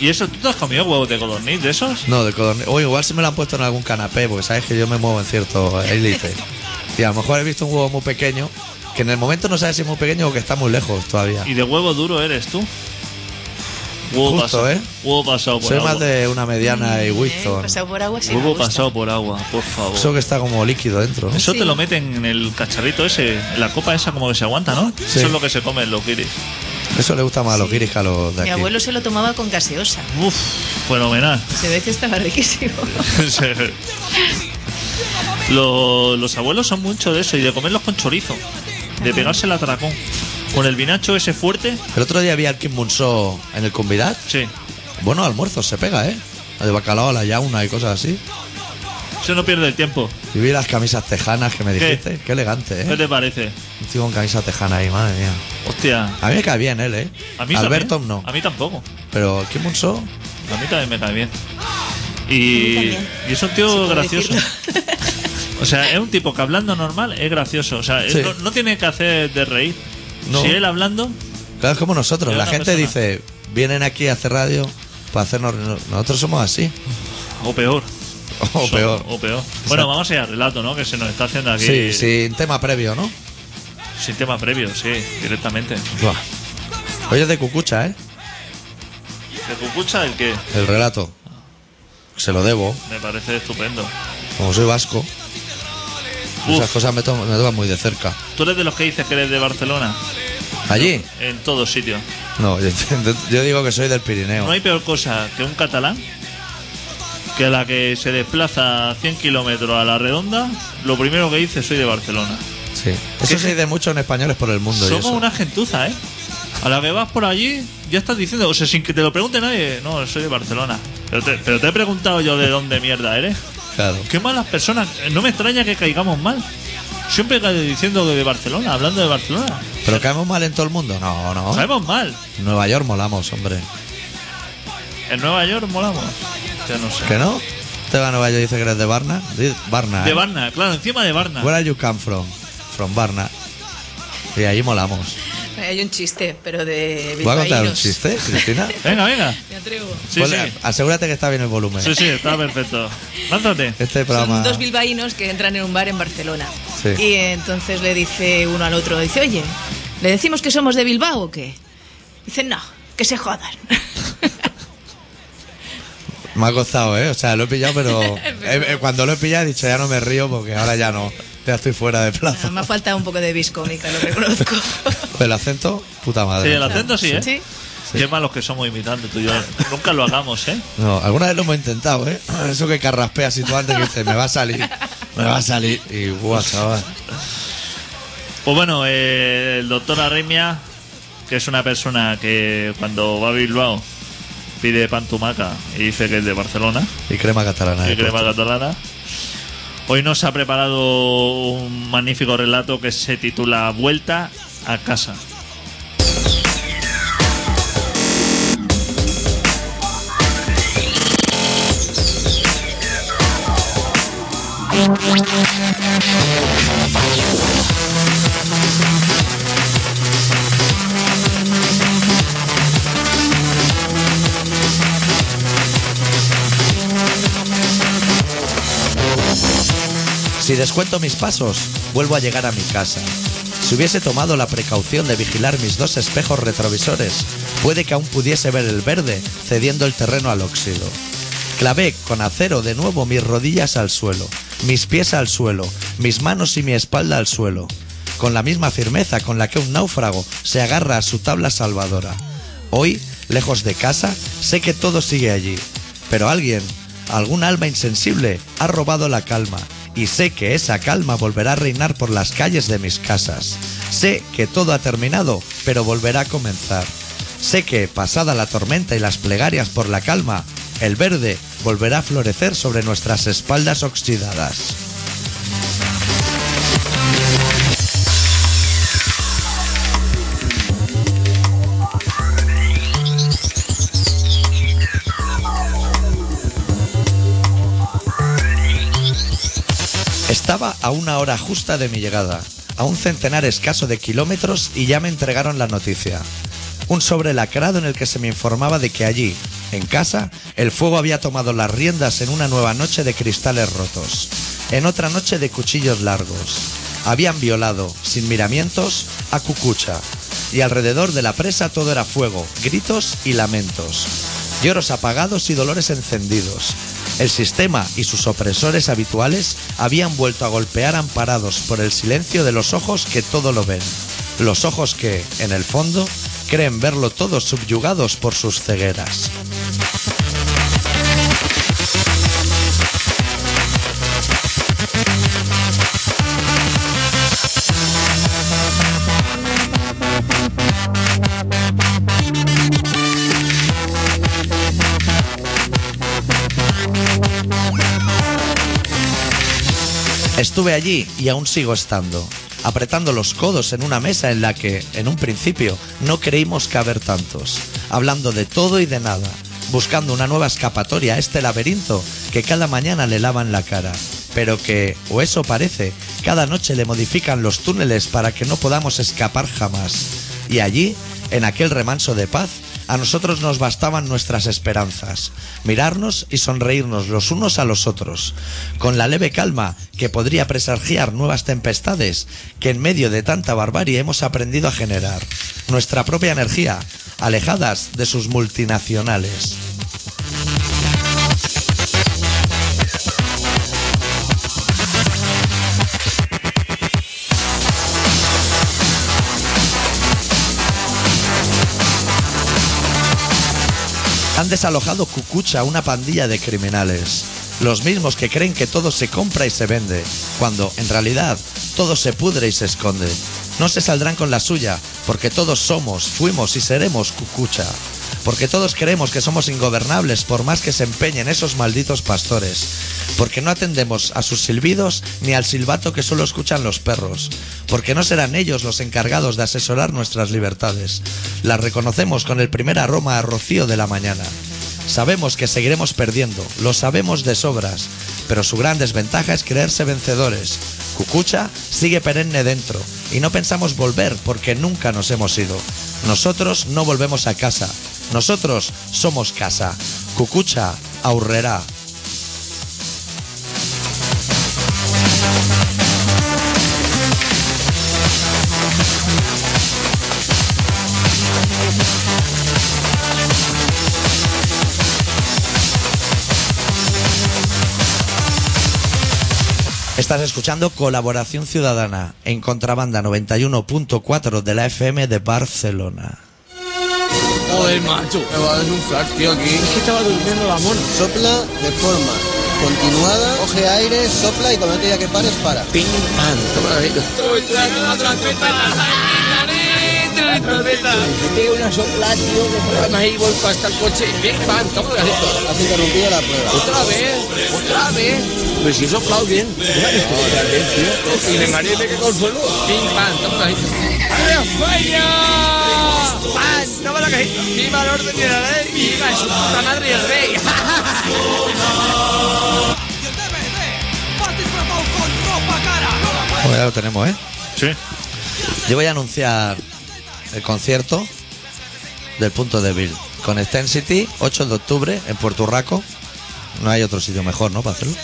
[SPEAKER 2] ¿Y eso tú te has comido huevos de codorniz de esos?
[SPEAKER 1] No, de codorniz. O igual si me lo han puesto en algún canapé, porque sabes que yo me muevo en cierto élite. Y a lo mejor he visto un huevo muy pequeño, que en el momento no sabes si es muy pequeño o que está muy lejos todavía.
[SPEAKER 2] ¿Y de huevo duro eres tú? Huevo
[SPEAKER 1] Justo,
[SPEAKER 2] pasado.
[SPEAKER 1] ¿eh?
[SPEAKER 2] Huevo pasado por
[SPEAKER 1] Soy
[SPEAKER 2] agua.
[SPEAKER 1] más de una mediana y
[SPEAKER 5] [LAUGHS] Eh,
[SPEAKER 1] Winston.
[SPEAKER 5] pasado por agua, sí. me
[SPEAKER 2] Huevo
[SPEAKER 5] gusta.
[SPEAKER 2] pasado por agua, por favor.
[SPEAKER 1] Eso que está como líquido dentro. ¿no?
[SPEAKER 2] Eso
[SPEAKER 5] Sí.
[SPEAKER 2] te lo meten en el cacharrito ese, en la copa esa como que se aguanta, ¿no? Eso es lo que se come en los guiris.
[SPEAKER 1] Eso le gusta más a los guiris que a los de
[SPEAKER 5] Mi
[SPEAKER 1] aquí.
[SPEAKER 5] abuelo se lo tomaba con gaseosa.
[SPEAKER 2] Uf, fenomenal. [LAUGHS]
[SPEAKER 5] Se ve que estaba riquísimo.
[SPEAKER 2] Lo- los abuelos son mucho de eso y de comerlos con chorizo, de pegarse el atracón. Con el vinacho ese fuerte,
[SPEAKER 1] El otro día vi al Kim Munso en el Convidat.
[SPEAKER 2] sí.
[SPEAKER 1] Bueno, almuerzo se pega, ¿eh? De bacalao a la yauna y cosas así.
[SPEAKER 2] Eso no pierde el tiempo.
[SPEAKER 1] Y vi las camisas tejanas que me
[SPEAKER 2] ¿Qué?
[SPEAKER 1] dijiste. Qué elegante,
[SPEAKER 2] ¿Qué
[SPEAKER 1] ¿eh?
[SPEAKER 2] te parece?
[SPEAKER 1] Un tío con camisa tejana ahí, madre mía.
[SPEAKER 2] Hostia.
[SPEAKER 1] A mí me cae bien él, ¿eh?
[SPEAKER 2] A mí
[SPEAKER 1] Alberto
[SPEAKER 2] también.
[SPEAKER 1] no.
[SPEAKER 2] A mí tampoco.
[SPEAKER 1] Pero Kim Munso,
[SPEAKER 2] A mí también me cae bien. Y,
[SPEAKER 5] A mí también.
[SPEAKER 2] y es un tío
[SPEAKER 5] puedo
[SPEAKER 2] gracioso. [LAUGHS] O sea, es un tipo que hablando normal es gracioso. O sea,
[SPEAKER 1] Sí.
[SPEAKER 2] no, no tiene que hacer de reír.
[SPEAKER 1] No.
[SPEAKER 2] Si él hablando,
[SPEAKER 1] claro, es como nosotros.
[SPEAKER 2] Es
[SPEAKER 1] La
[SPEAKER 2] una
[SPEAKER 1] gente
[SPEAKER 2] persona.
[SPEAKER 1] dice, vienen aquí a hacer radio para hacernos... Nosotros somos
[SPEAKER 2] [LAUGHS]
[SPEAKER 1] así.
[SPEAKER 2] o peor.
[SPEAKER 1] O
[SPEAKER 2] So-
[SPEAKER 1] peor.
[SPEAKER 2] O peor. Bueno, vamos a ir al relato, ¿no? Que se nos está haciendo aquí
[SPEAKER 1] Sí, sin tema previo, ¿no?
[SPEAKER 2] sin tema previo, sí, directamente.
[SPEAKER 1] Buah. Oye, es de cucucha, ¿eh?
[SPEAKER 2] ¿De Cucucha el que
[SPEAKER 1] El relato. Se lo debo.
[SPEAKER 2] Me parece estupendo.
[SPEAKER 1] Como soy vasco, esas
[SPEAKER 2] Uf,
[SPEAKER 1] cosas me, to- me toman muy de cerca.
[SPEAKER 2] tú eres de los que dices que eres de Barcelona,
[SPEAKER 1] ¿Allí?
[SPEAKER 2] en todos sitios.
[SPEAKER 1] No, yo, [LAUGHS] yo digo que soy del Pirineo.
[SPEAKER 2] No hay peor cosa que un catalán que la que se desplaza 100 kilómetros a la redonda, lo primero que dice soy de Barcelona.
[SPEAKER 1] Sí. Eso se dice mucho en españoles por el mundo. y
[SPEAKER 2] Somos
[SPEAKER 1] eso.
[SPEAKER 2] una gentuza, ¿eh? A la que vas por allí, ya estás diciendo, o sea, sin que te lo pregunte nadie, no, soy de Barcelona. Pero te, pero te he preguntado yo de dónde mierda eres.
[SPEAKER 1] Claro.
[SPEAKER 2] Qué malas personas, no me extraña que caigamos mal. Siempre ca- diciendo que de Barcelona, hablando de Barcelona.
[SPEAKER 1] ¿Pero caemos mal en todo el mundo? No, no.
[SPEAKER 2] Caemos mal.
[SPEAKER 1] En Nueva York molamos, hombre.
[SPEAKER 2] En Nueva York molamos. Ya no sé.
[SPEAKER 1] ¿Que no? Te va a Nueva York y dice que eres de Barna. Di- Barna.
[SPEAKER 2] De
[SPEAKER 1] eh.
[SPEAKER 2] Varna, claro, encima de Varna.
[SPEAKER 1] Where are you come from? From Barna. Y ahí molamos.
[SPEAKER 5] Hay un chiste, pero de
[SPEAKER 1] ¿Voy a contar un
[SPEAKER 5] bilbaínos.
[SPEAKER 1] chiste, Cristina?
[SPEAKER 2] Venga, venga.
[SPEAKER 5] Me atrevo.
[SPEAKER 2] Sí,
[SPEAKER 1] Ponle-
[SPEAKER 2] sí.
[SPEAKER 1] Asegúrate que está bien el volumen.
[SPEAKER 2] Sí, sí, está perfecto. Lánzate.
[SPEAKER 1] Este
[SPEAKER 5] Son
[SPEAKER 1] programa.
[SPEAKER 5] dos bilbaínos que entran en un bar en Barcelona.
[SPEAKER 1] Sí.
[SPEAKER 5] Y entonces le dice uno al otro, dice, oye, ¿le decimos que somos de Bilbao o qué? Dicen, no, que se jodan. [LAUGHS]
[SPEAKER 1] Me ha costado, ¿eh? O sea, lo he pillado,
[SPEAKER 5] [LAUGHS]
[SPEAKER 1] pero. eh, eh, cuando lo he pillado he dicho, ya no me río porque ahora ya no. Ya estoy fuera de plazo.
[SPEAKER 5] Me ha faltado un poco de viscómica, lo reconozco.
[SPEAKER 1] El acento, puta
[SPEAKER 2] Sí,
[SPEAKER 1] madre.
[SPEAKER 2] el acento [LAUGHS] sí, ¿eh?
[SPEAKER 5] Sí.
[SPEAKER 2] Qué malos que somos imitando tú y yo. Nunca lo hagamos, ¿eh?
[SPEAKER 1] No, alguna vez lo hemos intentado, ¿eh? Eso que carraspeas y tú antes que dices, me va a salir, me va a salir. Y guau, chaval.
[SPEAKER 2] Pues bueno, eh, el doctor Arrimia, que es una persona que cuando va a Bilbao pide pan tumaca y dice que es de Barcelona,
[SPEAKER 1] Y crema catalana.
[SPEAKER 2] que
[SPEAKER 1] he
[SPEAKER 2] es crema
[SPEAKER 1] puesto.
[SPEAKER 2] catalana. Hoy nos ha preparado un magnífico relato que se titula Vuelta a casa.
[SPEAKER 1] Si descuento mis pasos, vuelvo a llegar a mi casa. Si hubiese tomado la precaución de vigilar mis dos espejos retrovisores, puede que aún pudiese ver el verde cediendo el terreno al óxido. Clavé con acero de nuevo mis rodillas al suelo, mis pies al suelo, mis manos y mi espalda al suelo, con la misma firmeza con la que un náufrago se agarra a su tabla salvadora. Hoy, lejos de casa, sé que todo sigue allí, pero alguien, algún alma insensible, ha robado la calma y sé que esa calma volverá a reinar por las calles de mis casas. Sé que todo ha terminado, pero volverá a comenzar. Sé que, pasada la tormenta y las plegarias por la calma, el verde volverá a florecer sobre nuestras espaldas oxidadas. Estaba a una hora justa de mi llegada, a un centenar escaso de kilómetros y ya me entregaron la noticia. Un sobre lacrado en el que se me informaba de que allí, en casa, el fuego había tomado las riendas en una nueva noche de cristales rotos, en otra noche de cuchillos largos. Habían violado, sin miramientos, a Cucucha. Y alrededor de la presa todo era fuego, gritos y lamentos lloros apagados y dolores encendidos. El sistema y sus opresores habituales habían vuelto a golpear amparados por el silencio de los ojos que todo lo ven. Los ojos que, en el fondo, creen verlo todo subyugados por sus cegueras. Estuve allí y aún sigo estando, apretando los codos en una mesa en la que, en un principio, no creímos caber tantos, hablando de todo y de nada, buscando una nueva escapatoria a este laberinto que cada mañana le lavan la cara, pero que, o eso parece, cada noche le modifican los túneles para que no podamos escapar jamás. Y allí, en aquel remanso de paz, a nosotros nos bastaban nuestras esperanzas, mirarnos y sonreírnos los unos a los otros, con la leve calma que podría presagiar nuevas tempestades que en medio de tanta barbarie hemos aprendido a generar, nuestra propia energía, alejadas de sus multinacionales. Han desalojado Cucucha a una pandilla de criminales. Los mismos que creen que todo se compra y se vende, cuando en realidad todo se pudre y se esconde. No se saldrán con la suya, porque todos somos, fuimos y seremos Cucucha. Porque todos creemos que somos ingobernables por más que se empeñen esos malditos pastores. Porque no atendemos a sus silbidos ni al silbato que solo escuchan los perros. Porque no serán ellos los encargados de asesorar nuestras libertades. Las reconocemos con el primer aroma a rocío de la mañana. Sabemos que seguiremos perdiendo, lo sabemos de sobras, pero su gran desventaja es creerse vencedores. Cucucha sigue perenne dentro y no pensamos volver porque nunca nos hemos ido. Nosotros no volvemos a casa, nosotros somos casa. Cucucha aurrerá. Estás escuchando Colaboración Ciudadana en Contrabanda 91.4 de la FM de Barcelona.
[SPEAKER 9] Joder, macho. Me va a dar un flash, tío, aquí. Es que estaba durmiendo la mona.
[SPEAKER 10] Sopla de forma continuada, coge aire, sopla y cuando te diga que pares, para.
[SPEAKER 9] Pim, pam. Qué maravilla.
[SPEAKER 3] Soy la trompeta, la trompeta, la trompeta.
[SPEAKER 9] tiene electroceta. Tiene una sopla, tío, que problemas ahí, vuelco hasta el coche. y Big bang, toma la Has interrumpido la prueba. Otra vez, otra vez. Pero Pues si he soplado bien. Y le mareé que consuelo. Big bang, toma la cajita. ¡Adiós, España! ¡Pan! ¡Toma la cajita! ¡Viva el orden y la ley! ¡Viva su puta madre y el rey!
[SPEAKER 1] Bueno, ya lo tenemos, ¿eh?
[SPEAKER 2] Sí.
[SPEAKER 1] Yo voy a anunciar el concierto del punto débil con Extensity, 8 de octubre, en Puerto Urraco. No hay otro sitio mejor, ¿no? Para hacerlo.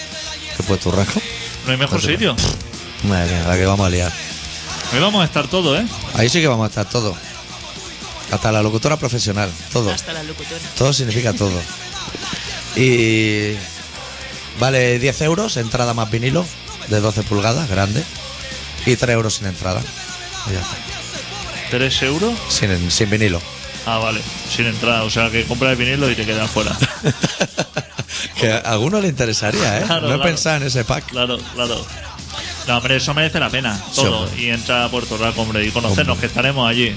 [SPEAKER 1] Que Puerto Urraco.
[SPEAKER 2] No hay mejor
[SPEAKER 1] Pues sí.
[SPEAKER 2] sitio.
[SPEAKER 1] Madre mía, la que vamos a liar.
[SPEAKER 2] Ahí vamos a estar todos, ¿eh?
[SPEAKER 1] Ahí sí que vamos a estar todos. Hasta la locutora profesional, todo.
[SPEAKER 5] Hasta la locutora.
[SPEAKER 1] Todo significa todo. Y vale 10 euros, entrada más vinilo, de 12 pulgadas, grande. Y 3 euros sin entrada. Y ya está.
[SPEAKER 2] ¿Tres euros?
[SPEAKER 1] Sin, sin
[SPEAKER 2] [LAUGHS]
[SPEAKER 1] vinilo.
[SPEAKER 2] Ah, vale. Sin entrada. O sea, que compras el vinilo y te quedas fuera.
[SPEAKER 1] que a alguno le interesaría, ¿eh?
[SPEAKER 2] Claro,
[SPEAKER 1] no he
[SPEAKER 2] claro.
[SPEAKER 1] pensado en ese pack.
[SPEAKER 2] [LAUGHS] Claro, claro. No, hombre, eso merece la pena. Todo.
[SPEAKER 1] hombre.
[SPEAKER 2] y entra a Puerto Rico, hombre. Y conocernos,
[SPEAKER 1] Hombre.
[SPEAKER 2] que estaremos allí.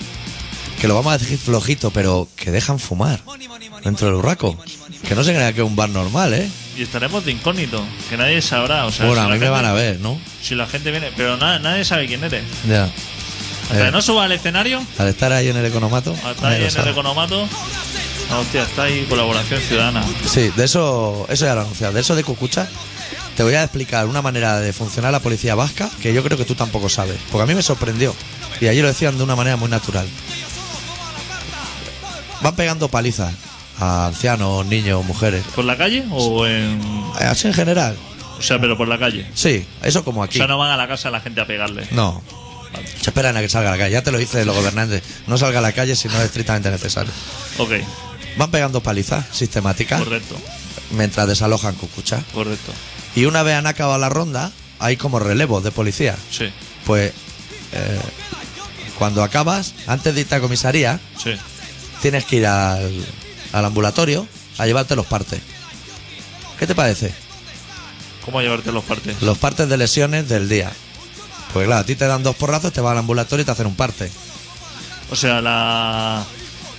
[SPEAKER 1] Que lo vamos a decir flojito, pero que dejan fumar dentro del urraco. Que no se crea que es un bar normal, ¿eh?
[SPEAKER 2] Y estaremos de incógnito. Que nadie sabrá. O sea,
[SPEAKER 1] Bueno,
[SPEAKER 2] si
[SPEAKER 1] a
[SPEAKER 2] la
[SPEAKER 1] mí me
[SPEAKER 2] gente-
[SPEAKER 1] van a ver, ¿no?
[SPEAKER 2] Si la gente viene. Pero na- nadie sabe quién eres.
[SPEAKER 1] Ya.
[SPEAKER 2] Hasta
[SPEAKER 1] Eh.
[SPEAKER 2] que no subas al escenario,
[SPEAKER 1] Al estar ahí en el economato.
[SPEAKER 2] hasta
[SPEAKER 1] nadie
[SPEAKER 2] ahí
[SPEAKER 1] lo
[SPEAKER 2] en el
[SPEAKER 1] sabe.
[SPEAKER 2] economato. Ah, Hostia, está ahí colaboración ciudadana.
[SPEAKER 1] Sí, de eso, eso ya lo he anunciado. De eso de Cucucha, te voy a explicar una manera de funcionar la policía vasca que yo creo que tú tampoco sabes. Porque a mí me sorprendió. Y allí lo decían de una manera muy natural. Van pegando palizas a ancianos, niños, mujeres.
[SPEAKER 2] ¿Por la calle o en.?
[SPEAKER 1] Eh, Así en general.
[SPEAKER 2] O sea, pero por la calle.
[SPEAKER 1] Sí, eso como
[SPEAKER 2] O
[SPEAKER 1] aquí.
[SPEAKER 2] sea, no van a la casa de la gente a pegarle.
[SPEAKER 1] No. Se esperan a que salga a la calle. Ya te lo dice los gobernantes. No salga a la calle si no es estrictamente necesario.
[SPEAKER 2] Ok,
[SPEAKER 1] Van pegando palizas sistemáticas
[SPEAKER 2] correcto,
[SPEAKER 1] mientras desalojan Cucucha.
[SPEAKER 2] correcto.
[SPEAKER 1] Y una vez han acabado la ronda, hay como relevos de policía.
[SPEAKER 2] Sí,
[SPEAKER 1] Pues eh, cuando acabas, antes de irte a comisaría,
[SPEAKER 2] sí.
[SPEAKER 1] tienes que ir al, al ambulatorio a llevarte los partes. ¿Qué te parece?
[SPEAKER 2] ¿Cómo llevarte los partes?
[SPEAKER 1] Los partes de lesiones del día. Pues claro, a ti te dan dos porrazos, te vas al ambulatorio y te hacen un parte.
[SPEAKER 2] O sea, la.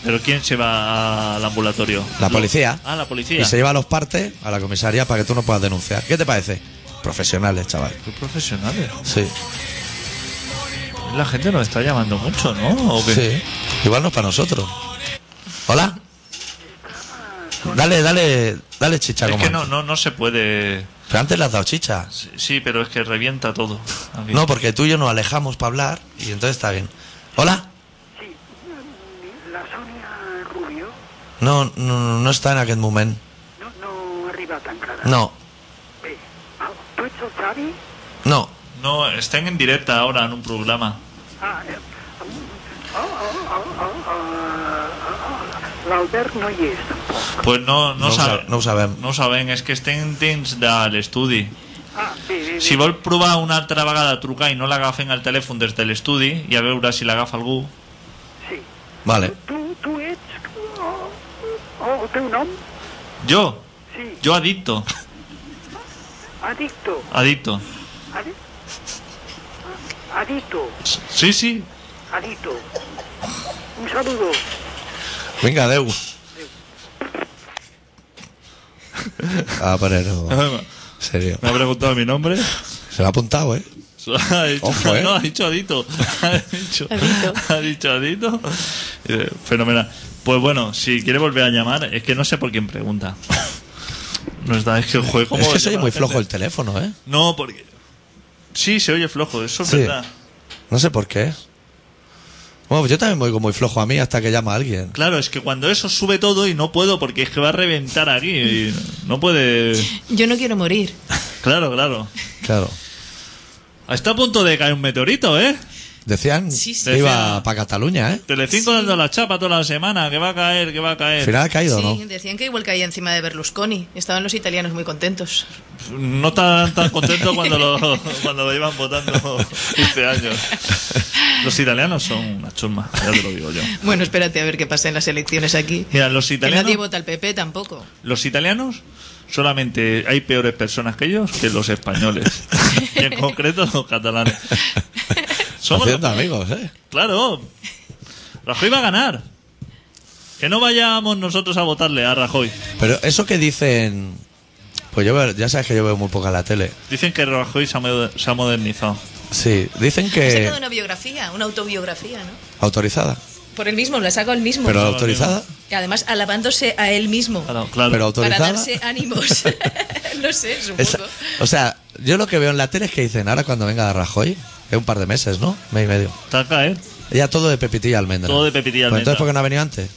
[SPEAKER 2] ¿Pero quién se va al ambulatorio?
[SPEAKER 1] La
[SPEAKER 2] Lo-
[SPEAKER 1] policía.
[SPEAKER 2] Ah, la policía.
[SPEAKER 1] Y se lleva los partes a la comisaría para que tú no puedas denunciar. ¿Qué te parece? Profesionales, chaval.
[SPEAKER 2] Qué profesionales.
[SPEAKER 1] Sí.
[SPEAKER 2] La gente nos está llamando mucho, ¿no? ¿O qué?
[SPEAKER 1] Sí. Igual no es para nosotros. Hola. Dale, dale, dale chicha.
[SPEAKER 2] Es
[SPEAKER 1] como
[SPEAKER 2] que no, no, no se puede.
[SPEAKER 1] Pero antes le has dado chicha.
[SPEAKER 2] Sí, sí, pero es que revienta todo. aquí.
[SPEAKER 1] No, porque tú y yo nos alejamos para hablar y entonces está bien. Hola.
[SPEAKER 11] La Sonia Rubio
[SPEAKER 1] No, no, no está en aquel momento.
[SPEAKER 11] no, no arriba tan cara. Ah,
[SPEAKER 1] No,
[SPEAKER 11] Bé, el Tocho Xavi...
[SPEAKER 1] no.
[SPEAKER 2] No, están en directa ahora en un programa.
[SPEAKER 11] Ah, eh, oh, oh, oh, oh, oh, L'Albert no hi és, tampoc.
[SPEAKER 2] Pues no,
[SPEAKER 1] No
[SPEAKER 2] no,
[SPEAKER 1] ho
[SPEAKER 2] saben.
[SPEAKER 1] sab- no ho sabem.
[SPEAKER 2] No ho saben, és que estem dins de l'estudi.
[SPEAKER 11] Ah, bé, bé, bé.
[SPEAKER 2] Si vol provar una altra vegada a trucar i no l'agafen al telèfon des de l'estudi i a veure si l'agafa algú,
[SPEAKER 11] Sí.
[SPEAKER 1] Vale.
[SPEAKER 11] Tu, tu ets... Oh, oh, el teu nom?
[SPEAKER 2] jo,
[SPEAKER 11] Sí.
[SPEAKER 2] jo adicto,
[SPEAKER 11] Adicto.
[SPEAKER 2] adicto.
[SPEAKER 11] Adi... Adito.
[SPEAKER 2] Sí, sí, [LAUGHS]
[SPEAKER 11] Adito. Un saludo.
[SPEAKER 1] Venga, adeu. Ah, pero no.
[SPEAKER 2] me
[SPEAKER 1] Serio.
[SPEAKER 2] ha preguntado mi nombre.
[SPEAKER 1] Se lo ha apuntado, ¿eh?
[SPEAKER 2] [LAUGHS] Ha dicho,
[SPEAKER 1] Ojo, ¿eh?
[SPEAKER 2] No, ha dicho adicto. [LAUGHS] Ha dicho,
[SPEAKER 5] Adicto.
[SPEAKER 2] ha dicho adicto. Eh, Fenomenal. Pues bueno, si quiere volver a llamar, es que no sé por quién pregunta. No está, es que el juego.
[SPEAKER 1] Es que soy muy flojo el
[SPEAKER 2] el
[SPEAKER 1] teléfono, ¿eh?
[SPEAKER 2] No, porque. Sí, se oye flojo, eso es
[SPEAKER 1] Sí.
[SPEAKER 2] verdad.
[SPEAKER 1] No sé por qué. Bueno, pues yo también me oigo muy flojo a mí hasta que llama a alguien.
[SPEAKER 2] Claro, es que cuando eso sube todo y no puedo porque es que va a reventar aquí. y no puede.
[SPEAKER 5] Yo no quiero morir.
[SPEAKER 2] Claro, claro.
[SPEAKER 1] Claro.
[SPEAKER 2] Está a punto de caer un meteorito, ¿eh?
[SPEAKER 1] Decían
[SPEAKER 5] Sí, sí.
[SPEAKER 1] que iba
[SPEAKER 2] Decía-
[SPEAKER 1] para Cataluña, ¿eh?
[SPEAKER 2] Telecinco dando la chapa toda la semana, que va a caer, que va a
[SPEAKER 1] Al
[SPEAKER 2] caer.
[SPEAKER 1] final ha caído,
[SPEAKER 5] sí,
[SPEAKER 1] ¿no?
[SPEAKER 5] decían que igual caía encima de Berlusconi. Estaban los italianos muy contentos.
[SPEAKER 2] No están tan contentos cuando lo, cuando lo llevan votando 15 años. Los italianos son una chusma, ya te lo digo yo.
[SPEAKER 5] Bueno, espérate a ver qué pasa en las elecciones aquí.
[SPEAKER 2] Mira, los
[SPEAKER 5] Que nadie
[SPEAKER 2] italianos,
[SPEAKER 5] vota al PP tampoco.
[SPEAKER 2] los italianos solamente hay peores personas que ellos que los españoles. Y en concreto los catalanes. Somos los-
[SPEAKER 1] Haciendo amigos, ¿eh?
[SPEAKER 2] Claro. Rajoy va a ganar. Que no vayamos nosotros a votarle a Rajoy.
[SPEAKER 1] Pero eso que dicen. Pues yo veo- ya sabes que yo veo muy poca la tele.
[SPEAKER 2] Dicen que Rajoy se ha, mo- se ha modernizado.
[SPEAKER 1] Sí, dicen
[SPEAKER 5] Ha
[SPEAKER 1] que.
[SPEAKER 5] sacado una biografía, una autobiografía, ¿no?
[SPEAKER 1] Autorizada.
[SPEAKER 5] Por él mismo, la sacó él mismo.
[SPEAKER 1] Pero autorizada.
[SPEAKER 5] Y además alabándose a él mismo.
[SPEAKER 1] Pero
[SPEAKER 5] Para
[SPEAKER 1] autorizada.
[SPEAKER 5] darse ánimos. [LAUGHS] no sé, supongo.
[SPEAKER 1] Esa- o sea, yo lo que veo en la tele es que dicen ahora cuando venga Rajoy, es un par de meses, ¿no? Mes y medio.
[SPEAKER 2] Taca, ¿eh?
[SPEAKER 1] Ya todo de pepitilla y almendra.
[SPEAKER 2] Todo de pepitilla y
[SPEAKER 1] Pues
[SPEAKER 2] almendra.
[SPEAKER 1] entonces, ¿por qué no ha venido antes?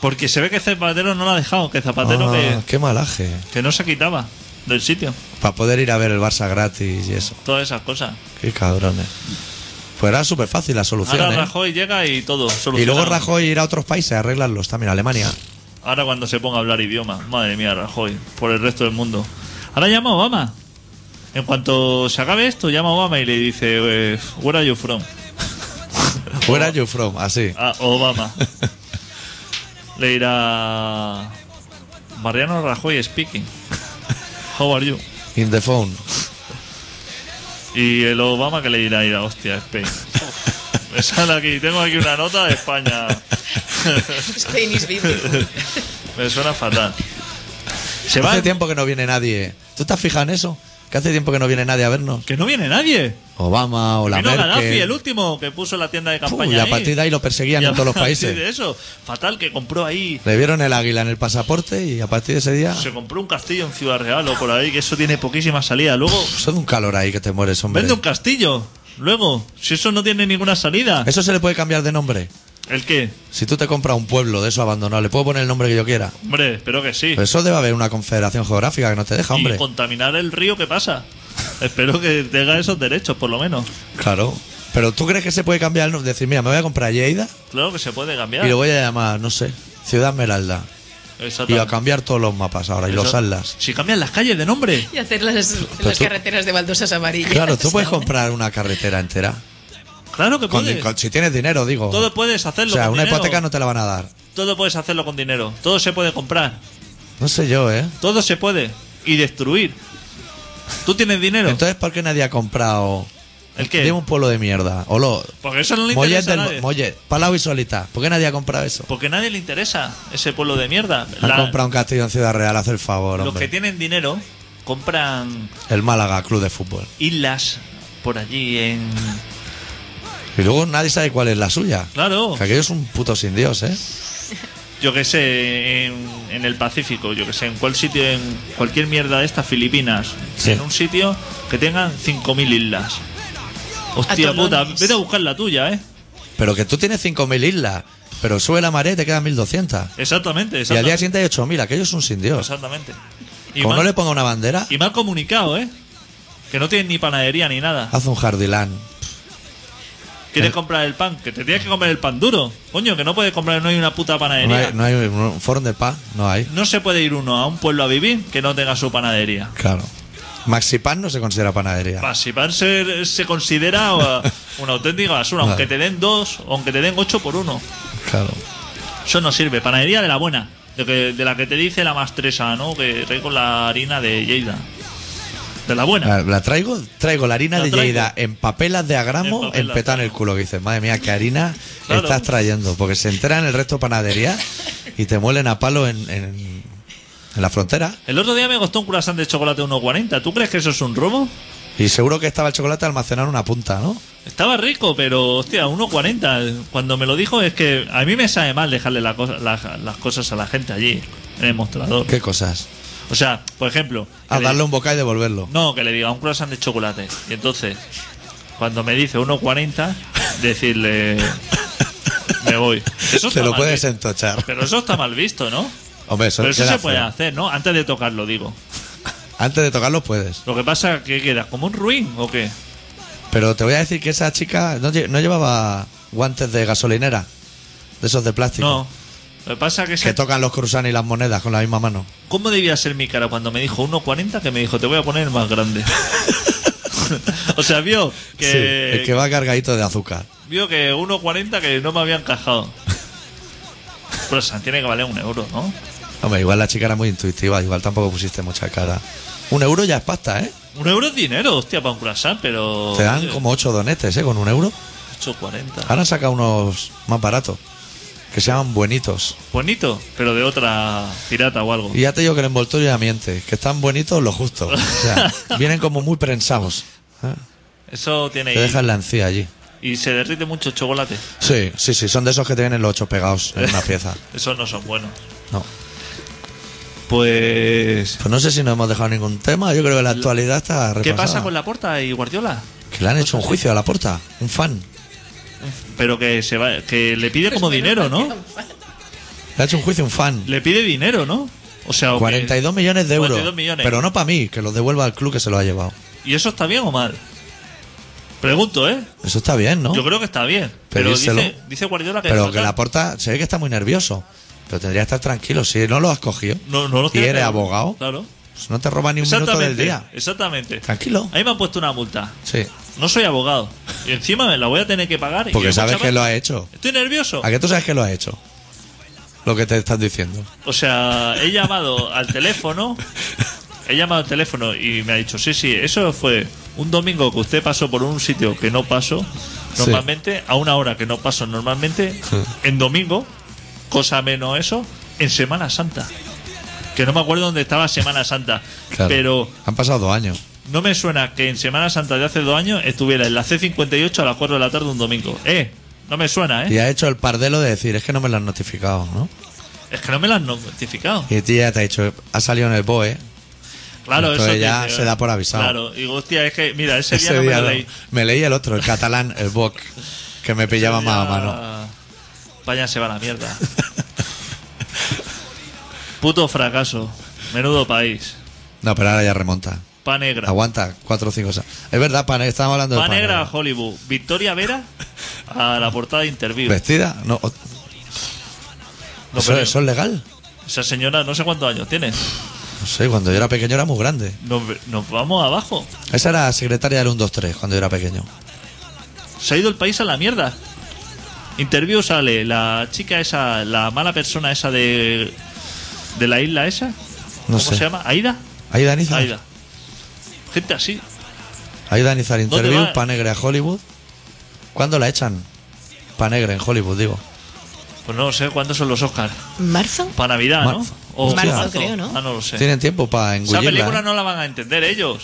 [SPEAKER 2] Porque se ve que Zapatero no lo ha dejado, que Zapatero
[SPEAKER 1] Ah,
[SPEAKER 2] que,
[SPEAKER 1] Qué malaje.
[SPEAKER 2] que no se quitaba del sitio.
[SPEAKER 1] Para poder ir a ver el Barça gratis y eso.
[SPEAKER 2] Todas esas cosas.
[SPEAKER 1] Qué cabrones. Pues era súper fácil la solución,
[SPEAKER 2] Ahora
[SPEAKER 1] ¿eh?
[SPEAKER 2] Rajoy llega y
[SPEAKER 1] Y
[SPEAKER 2] todo.
[SPEAKER 1] luego
[SPEAKER 2] solucionado.
[SPEAKER 1] Rajoy ir a otros países a arreglarlos también.
[SPEAKER 2] [LAUGHS]
[SPEAKER 1] Alemania.
[SPEAKER 2] Ahora cuando se ponga a hablar idioma. Madre mía, Rajoy. Por el resto del mundo. Ahora llama a Obama. En cuanto se acabe esto, llama a Obama y le dice, eh, Where are you from?
[SPEAKER 1] Where are you from? Así.
[SPEAKER 2] A
[SPEAKER 1] [LAUGHS]
[SPEAKER 2] Obama. le dirá... Mariano Rajoy speaking. How are you?
[SPEAKER 1] In the phone.
[SPEAKER 2] Y el Obama que le dirá, irá, hostia,
[SPEAKER 1] [LAUGHS]
[SPEAKER 2] Spain. Me sale aquí, tengo aquí una nota de España.
[SPEAKER 5] Spain is beautiful.
[SPEAKER 2] Me suena fatal. Se
[SPEAKER 1] hace
[SPEAKER 2] va.
[SPEAKER 1] tiempo que no viene nadie. ¿Tú te has fijado en eso? Que hace tiempo que no viene nadie a vernos.
[SPEAKER 2] Que no viene nadie.
[SPEAKER 1] Obama o la
[SPEAKER 2] Vino Gaddafi, el
[SPEAKER 1] Merkel.
[SPEAKER 2] último que puso la tienda de
[SPEAKER 1] Puh,
[SPEAKER 2] campaña.
[SPEAKER 1] y a
[SPEAKER 2] ahí.
[SPEAKER 1] partir de ahí lo perseguían
[SPEAKER 2] Y a
[SPEAKER 1] en todos los
[SPEAKER 2] partir
[SPEAKER 1] países.
[SPEAKER 2] de eso, fatal que compró ahí.
[SPEAKER 1] Le vieron el águila en el pasaporte y a partir de ese día.
[SPEAKER 2] Se compró un castillo en Ciudad Real o por ahí, que eso tiene poquísima salida. Luego
[SPEAKER 1] Eso de un calor ahí que te mueres, hombre.
[SPEAKER 2] vende un castillo. Luego, si eso no tiene ninguna salida.
[SPEAKER 1] Eso se le puede cambiar de nombre.
[SPEAKER 2] ¿El qué?
[SPEAKER 1] Si tú te compras un pueblo de eso abandonado, le puedo poner el nombre que yo quiera.
[SPEAKER 2] Hombre, espero que sí.
[SPEAKER 1] Pero eso debe haber una confederación geográfica que no te deja,
[SPEAKER 2] Y
[SPEAKER 1] Pues, hombre.
[SPEAKER 2] contaminar el río que pasa. espero que tenga esos derechos, por lo menos.
[SPEAKER 1] Claro. Pero tú crees que se puede cambiar el nombre. Decir, mira, me voy a comprar Lleida
[SPEAKER 2] Claro que se puede cambiar.
[SPEAKER 1] y lo voy a llamar, no sé, Ciudad Esmeralda.
[SPEAKER 2] Exactamente.
[SPEAKER 1] Y a cambiar todos los mapas ahora y los
[SPEAKER 2] Eso- [LAUGHS]
[SPEAKER 1] atlas.
[SPEAKER 2] Si cambian las calles de nombre.
[SPEAKER 5] Y hacer las,
[SPEAKER 1] Pero
[SPEAKER 5] las
[SPEAKER 1] tú-
[SPEAKER 5] carreteras de baldosas amarillas.
[SPEAKER 1] Claro, tú puedes comprar una carretera entera.
[SPEAKER 2] Claro que
[SPEAKER 1] Con-
[SPEAKER 2] puedes.
[SPEAKER 1] con- si tienes dinero, digo.
[SPEAKER 2] Todo puedes
[SPEAKER 1] o
[SPEAKER 2] hacerlo
[SPEAKER 1] sea,
[SPEAKER 2] con
[SPEAKER 1] una
[SPEAKER 2] dinero.
[SPEAKER 1] hipoteca no te la van a dar.
[SPEAKER 2] Todo puedes hacerlo con dinero. Todo se puede comprar.
[SPEAKER 1] No sé yo, ¿eh?
[SPEAKER 2] Todo se puede. Y destruir. Tú tienes dinero.
[SPEAKER 1] Entonces, ¿por qué nadie ha comprado?
[SPEAKER 2] ¿El qué?
[SPEAKER 1] Dime un pueblo de mierda. O lo.
[SPEAKER 2] Porque eso no le
[SPEAKER 1] Mollet
[SPEAKER 2] interesa a
[SPEAKER 1] del-
[SPEAKER 2] nadie.
[SPEAKER 1] Mollet, Palau y Solita. ¿Por qué nadie ha comprado eso?
[SPEAKER 2] Porque a nadie le interesa ese pueblo de mierda.
[SPEAKER 1] Han
[SPEAKER 2] La-
[SPEAKER 1] comprado un castillo en Ciudad Real, haz el favor,
[SPEAKER 2] los que
[SPEAKER 1] hombre.
[SPEAKER 2] tienen dinero compran
[SPEAKER 1] El Málaga, club de fútbol.
[SPEAKER 2] islas por
[SPEAKER 1] [LAUGHS]
[SPEAKER 2] allí en...
[SPEAKER 1] Y luego nadie sabe cuál es la suya.
[SPEAKER 2] Claro,
[SPEAKER 1] Que aquello es un puto sin Dios, ¿eh?
[SPEAKER 2] yo que sé, en, en el Pacífico, yo que sé, en cuál sitio, en cualquier mierda de estas, Filipinas,
[SPEAKER 1] Sí.
[SPEAKER 2] en un sitio que tengan 5.000 islas. Hostia puta,
[SPEAKER 5] Atolones.
[SPEAKER 2] vete a buscar la tuya, ¿eh?
[SPEAKER 1] Pero que tú tienes 5.000 islas, pero sube la marea y te quedan 1.200.
[SPEAKER 2] Exactamente,
[SPEAKER 1] Y al día
[SPEAKER 2] exactamente.
[SPEAKER 1] siguiente hay 8.000. Aquello es un sin Dios.
[SPEAKER 2] exactamente. Y,
[SPEAKER 1] Como
[SPEAKER 2] mal,
[SPEAKER 1] no le ponga una bandera,
[SPEAKER 2] y mal comunicado, ¿eh? Que no tienen ni panadería ni nada.
[SPEAKER 1] haz un jardilán.
[SPEAKER 2] ¿Quieres
[SPEAKER 1] eh.
[SPEAKER 2] comprar el pan? Que te tienes que comer el pan duro. Coño, que no puedes comprar, no hay una puta
[SPEAKER 1] No
[SPEAKER 2] panadería.
[SPEAKER 1] hay, no hay un forno de paz, no hay.
[SPEAKER 2] No se puede ir uno a un pueblo a vivir que no tenga su panadería.
[SPEAKER 1] Claro. Maxipan no se considera panadería.
[SPEAKER 2] Pasipan se, se considera uh,
[SPEAKER 1] [LAUGHS]
[SPEAKER 2] una auténtica basura, aunque te den dos, aunque te den ocho por uno.
[SPEAKER 1] Claro.
[SPEAKER 2] Eso no sirve. Panadería de la buena, de, que- de la que te dice la maestresa, ¿no? Que trae con la harina de Lleida. De la buena.
[SPEAKER 1] La, la traigo, traigo la harina
[SPEAKER 2] La
[SPEAKER 1] de
[SPEAKER 2] traigo.
[SPEAKER 1] Lleida en papelas de
[SPEAKER 2] En
[SPEAKER 1] agramo, en,
[SPEAKER 2] papelas,
[SPEAKER 1] petar en el culo, que dices, madre mía, qué harina
[SPEAKER 2] Claro.
[SPEAKER 1] estás trayendo, porque se enteran el resto de panaderías y te muelen a palo en, en- en la frontera.
[SPEAKER 2] El otro día me costó un croissant de chocolate 1,40. ¿Tú crees que eso es un robo?
[SPEAKER 1] Y seguro que estaba el chocolate almacenado en una punta, ¿no?
[SPEAKER 2] Estaba rico, pero hostia, 1,40. Cuando me lo dijo es que a mí me sabe mal dejarle la cosa- la- las cosas a la gente allí, en el mostrador.
[SPEAKER 1] ¿Qué cosas?
[SPEAKER 2] O sea, por ejemplo... que
[SPEAKER 1] A
[SPEAKER 2] le-
[SPEAKER 1] darle un bocado y devolverlo.
[SPEAKER 2] No, que le diga un croissant de chocolate. Y entonces, cuando me dice 1.40, decirle. Me voy. Eso
[SPEAKER 1] Te
[SPEAKER 2] está
[SPEAKER 1] lo
[SPEAKER 2] mal
[SPEAKER 1] puedes
[SPEAKER 2] visto.
[SPEAKER 1] entochar.
[SPEAKER 2] Pero eso está mal visto, ¿no?
[SPEAKER 1] Hombre, eso,
[SPEAKER 2] Pero eso
[SPEAKER 1] queda
[SPEAKER 2] se puede
[SPEAKER 1] feo.
[SPEAKER 2] hacer, ¿no? Antes de tocarlo, digo.
[SPEAKER 1] Antes de tocarlo puedes.
[SPEAKER 2] Lo que pasa que queda como un ruin o qué.
[SPEAKER 1] Pero te voy a decir que esa chica no, lle- no llevaba guantes de gasolinera, de esos de plástico,
[SPEAKER 2] No. Lo que pasa que,
[SPEAKER 1] que
[SPEAKER 2] se...
[SPEAKER 1] tocan los cruzanes y las monedas con la misma mano.
[SPEAKER 2] ¿Cómo debía ser mi cara cuando me dijo 1.40 que me dijo te voy a poner el más grande? [LAUGHS] o sea, vio
[SPEAKER 1] Sí, el
[SPEAKER 2] que,
[SPEAKER 1] que va cargadito de azúcar.
[SPEAKER 2] vio que 1.40 que no me había encajado. Pero San tiene que valer un euro, ¿no?
[SPEAKER 1] Hombre, igual la chica era muy intuitiva, igual tampoco pusiste mucha cara. Un euro ya es pasta, ¿eh?
[SPEAKER 2] Un euro es dinero, hostia, para un croissant, pero.
[SPEAKER 1] Te dan como ocho donetes, ¿eh? Con un euro.
[SPEAKER 2] 8.40.
[SPEAKER 1] Ahora saca unos más baratos, que se llaman buenitos.
[SPEAKER 2] Bonito, pero de otra pirata o algo.
[SPEAKER 1] Y ya te digo que el envoltorio ya miente, que están buenitos lo justo. O
[SPEAKER 2] [LAUGHS]
[SPEAKER 1] sea, vienen como muy prensados. ¿eh?
[SPEAKER 2] Eso tiene...
[SPEAKER 1] Te dejan la encía allí.
[SPEAKER 2] Y se derrite mucho el chocolate.
[SPEAKER 1] Sí, sí, sí, son de esos que te vienen los ocho pegados en una pieza.
[SPEAKER 2] Esos no son buenos.
[SPEAKER 1] No.
[SPEAKER 2] Pues...
[SPEAKER 1] Pues no sé si no hemos dejado ningún tema, yo creo que la actualidad está repasada.
[SPEAKER 2] ¿Qué pasa con la porta y Guardiola?
[SPEAKER 1] Que le han hecho un juicio a la porta, un fan.
[SPEAKER 2] Pero que se va, que le pide como dinero,
[SPEAKER 5] Pues
[SPEAKER 2] ¿no?
[SPEAKER 1] Le ha hecho un juicio un fan.
[SPEAKER 2] Le pide dinero, ¿no? O sea, o que-
[SPEAKER 1] 42 millones de euros.
[SPEAKER 2] 42 millones.
[SPEAKER 1] Pero no para mí, que los devuelva al club que se lo ha llevado.
[SPEAKER 2] ¿Y eso está bien o mal? Pregunto, ¿eh?
[SPEAKER 1] Eso está bien, ¿no?
[SPEAKER 2] Yo creo que está bien. Pero
[SPEAKER 1] Pedírselo.
[SPEAKER 2] dice, dice Guardiola que,
[SPEAKER 1] Pero
[SPEAKER 2] no
[SPEAKER 1] que
[SPEAKER 2] tal.
[SPEAKER 1] la porta se ve que está muy nervioso. Pero tendría que estar tranquilo. Si no lo has cogido
[SPEAKER 2] no, no lo
[SPEAKER 1] y
[SPEAKER 2] tiene
[SPEAKER 1] eres
[SPEAKER 2] que-
[SPEAKER 1] abogado,
[SPEAKER 2] Claro.
[SPEAKER 1] pues no te roba ni un minuto del día.
[SPEAKER 2] Exactamente.
[SPEAKER 1] Tranquilo.
[SPEAKER 2] Ahí me han puesto una multa.
[SPEAKER 1] Sí.
[SPEAKER 2] No soy abogado. Y encima me la voy a tener que pagar. y
[SPEAKER 1] Porque
[SPEAKER 2] yo,
[SPEAKER 1] sabes
[SPEAKER 2] chaval,
[SPEAKER 1] que lo ha hecho.
[SPEAKER 2] Estoy nervioso.
[SPEAKER 1] ¿A qué tú sabes que lo ha hecho? Lo que te estás diciendo.
[SPEAKER 2] O sea, he llamado al teléfono. He llamado al teléfono y me ha dicho, sí, sí, eso fue un domingo que usted pasó por un sitio que no paso
[SPEAKER 1] Sí.
[SPEAKER 2] normalmente, a una hora que no paso normalmente, en domingo, cosa menos eso, en Semana Santa. Que no me acuerdo dónde estaba Semana Santa.
[SPEAKER 1] Claro.
[SPEAKER 2] Pero
[SPEAKER 1] Han pasado dos años.
[SPEAKER 2] no me suena que en Semana Santa de hace dos años estuviera en la C58 a las 4 de la tarde un domingo. Eh, no me suena,
[SPEAKER 1] Y
[SPEAKER 2] ¿eh?
[SPEAKER 1] ha hecho el pardelo de decir, es que no me lo han notificado, ¿no?
[SPEAKER 2] Es que no me la han notificado.
[SPEAKER 1] Y tía ya te ha dicho, ha salido en el BOE.
[SPEAKER 2] Claro,
[SPEAKER 1] Entonces
[SPEAKER 2] eso
[SPEAKER 1] ya
[SPEAKER 2] tiene-
[SPEAKER 1] se da por avisado.
[SPEAKER 2] Claro, digo, hostia, es que, mira, ese, día
[SPEAKER 1] Ese
[SPEAKER 2] no me
[SPEAKER 1] día
[SPEAKER 2] lo
[SPEAKER 1] no.
[SPEAKER 2] leí.
[SPEAKER 1] Me leí el otro, el catalán, el BOC, que me pillaba más a mano.
[SPEAKER 2] Vaya, se va a la mierda. Puto fracaso. Menudo país.
[SPEAKER 1] No, pero ahora ya remonta.
[SPEAKER 2] Pa negra.
[SPEAKER 1] Aguanta, 4 5 6. Es verdad, pan, estamos hablando de
[SPEAKER 2] Pa
[SPEAKER 1] pan
[SPEAKER 2] negra a
[SPEAKER 1] negra.
[SPEAKER 2] Hollywood. Victoria Vera a la portada de Interview.
[SPEAKER 1] ¿Vestida? No, o-
[SPEAKER 2] No,
[SPEAKER 1] ¿eso,
[SPEAKER 2] pero
[SPEAKER 1] eso es legal?
[SPEAKER 2] Esa señora, no sé cuántos años tiene.
[SPEAKER 1] No sé, cuando yo era pequeño era muy grande.
[SPEAKER 2] Nos, nos vamos abajo.
[SPEAKER 1] Esa era secretaria del 123 cuando yo era pequeño.
[SPEAKER 2] Se ha ido el país a la mierda. Interview sale la chica esa, la mala persona esa de, de la isla esa.
[SPEAKER 1] No
[SPEAKER 2] ¿Cómo
[SPEAKER 1] sé.
[SPEAKER 2] se llama? ¿Aida?
[SPEAKER 1] Ahí Danizar.
[SPEAKER 2] Aida. Gente así.
[SPEAKER 1] Ahí Danizar
[SPEAKER 2] ¿Dónde
[SPEAKER 1] interview,
[SPEAKER 2] va?
[SPEAKER 1] pan negra a Hollywood. ¿Cuándo la echan? Pan negra en Hollywood, digo.
[SPEAKER 2] Pues no sé cuándo son los Oscars.
[SPEAKER 5] ¿Marzo?
[SPEAKER 2] Para Navidad, ¿no?
[SPEAKER 1] Marzo.
[SPEAKER 2] O
[SPEAKER 5] Marzo, creo, ¿no?
[SPEAKER 2] Ah, no lo sé.
[SPEAKER 1] Tienen tiempo para
[SPEAKER 2] Esa
[SPEAKER 1] engullirla.
[SPEAKER 2] película
[SPEAKER 1] ¿eh?
[SPEAKER 2] no la van a entender ellos,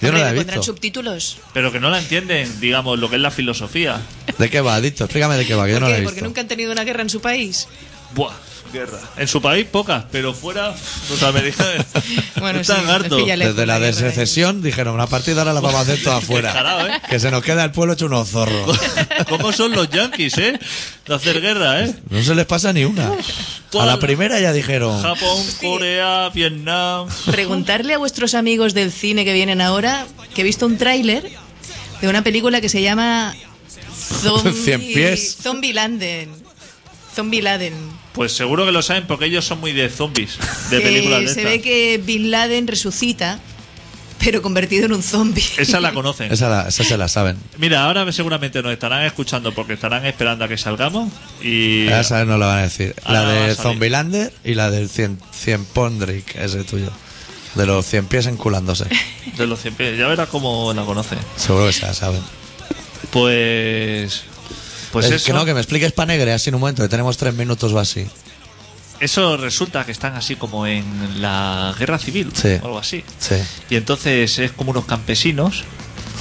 [SPEAKER 1] Yo no
[SPEAKER 5] Hombre,
[SPEAKER 1] la
[SPEAKER 5] ¿le
[SPEAKER 1] he
[SPEAKER 5] pondrán
[SPEAKER 1] visto.
[SPEAKER 5] subtítulos?
[SPEAKER 2] pero que no la entienden, digamos, lo que es la filosofía.
[SPEAKER 1] ¿De qué va, Adicto? Explícame de qué va, que yo no
[SPEAKER 5] ¿Por
[SPEAKER 1] la
[SPEAKER 5] qué?
[SPEAKER 1] he
[SPEAKER 5] Porque
[SPEAKER 1] visto.
[SPEAKER 5] nunca han tenido una guerra en su país.
[SPEAKER 2] Buah, guerra. En su país pocas, pero fuera los americanos
[SPEAKER 5] [LAUGHS] Bueno,
[SPEAKER 2] están
[SPEAKER 5] sí,
[SPEAKER 2] hartos.
[SPEAKER 5] en fin, ya le-
[SPEAKER 1] Desde la
[SPEAKER 5] Guerra, ¿eh?
[SPEAKER 1] desecesión dijeron, una partida ahora la vamos a hacer toda
[SPEAKER 2] [LAUGHS] Qué tarao, ¿eh?
[SPEAKER 1] afuera. Que se nos queda el pueblo hecho unos zorros.
[SPEAKER 2] [LAUGHS] ¿Cómo son los yanquis, eh? De hacer guerra, eh.
[SPEAKER 1] No se les pasa ni
[SPEAKER 2] [LAUGHS]
[SPEAKER 1] una. A
[SPEAKER 2] Todas
[SPEAKER 1] la
[SPEAKER 2] las-
[SPEAKER 1] primera ya dijeron.
[SPEAKER 2] Japón, Corea, Vietnam.
[SPEAKER 5] Preguntarle a vuestros amigos del cine que vienen ahora que he visto un tráiler de una película que se llama
[SPEAKER 1] [LAUGHS]
[SPEAKER 5] Zombie,
[SPEAKER 1] Cien pies.
[SPEAKER 5] Zombie Landen. Zombie Laden.
[SPEAKER 2] Pues seguro que lo saben porque ellos son muy de zombies, de
[SPEAKER 5] Que
[SPEAKER 2] películas de
[SPEAKER 5] se
[SPEAKER 2] estas.
[SPEAKER 5] ve que Bin Laden resucita, pero convertido en un zombie.
[SPEAKER 2] Esa la conocen.
[SPEAKER 1] Esa, la- esa se la saben.
[SPEAKER 2] Mira, ahora seguramente nos estarán escuchando porque estarán esperando a que salgamos y
[SPEAKER 1] Ya saben, no la van a decir.
[SPEAKER 2] Ah,
[SPEAKER 1] La
[SPEAKER 2] no,
[SPEAKER 1] de
[SPEAKER 2] no, sorry.
[SPEAKER 1] Zombilander y la del 100, 100 Pondrick, ese tuyo. De los 100 pies
[SPEAKER 2] [LAUGHS]
[SPEAKER 1] enculándose.
[SPEAKER 2] de los 100 pies. Ya verás cómo la conoce.
[SPEAKER 1] Seguro que se la saben.
[SPEAKER 2] Pues. Pues
[SPEAKER 1] Es
[SPEAKER 2] eso,
[SPEAKER 1] que no, que me expliques panegre así en un momento, que tenemos tres minutos o así.
[SPEAKER 2] eso resulta que están así como en la guerra civil
[SPEAKER 1] Sí.
[SPEAKER 2] o algo así.
[SPEAKER 1] Sí.
[SPEAKER 2] Y entonces es como unos campesinos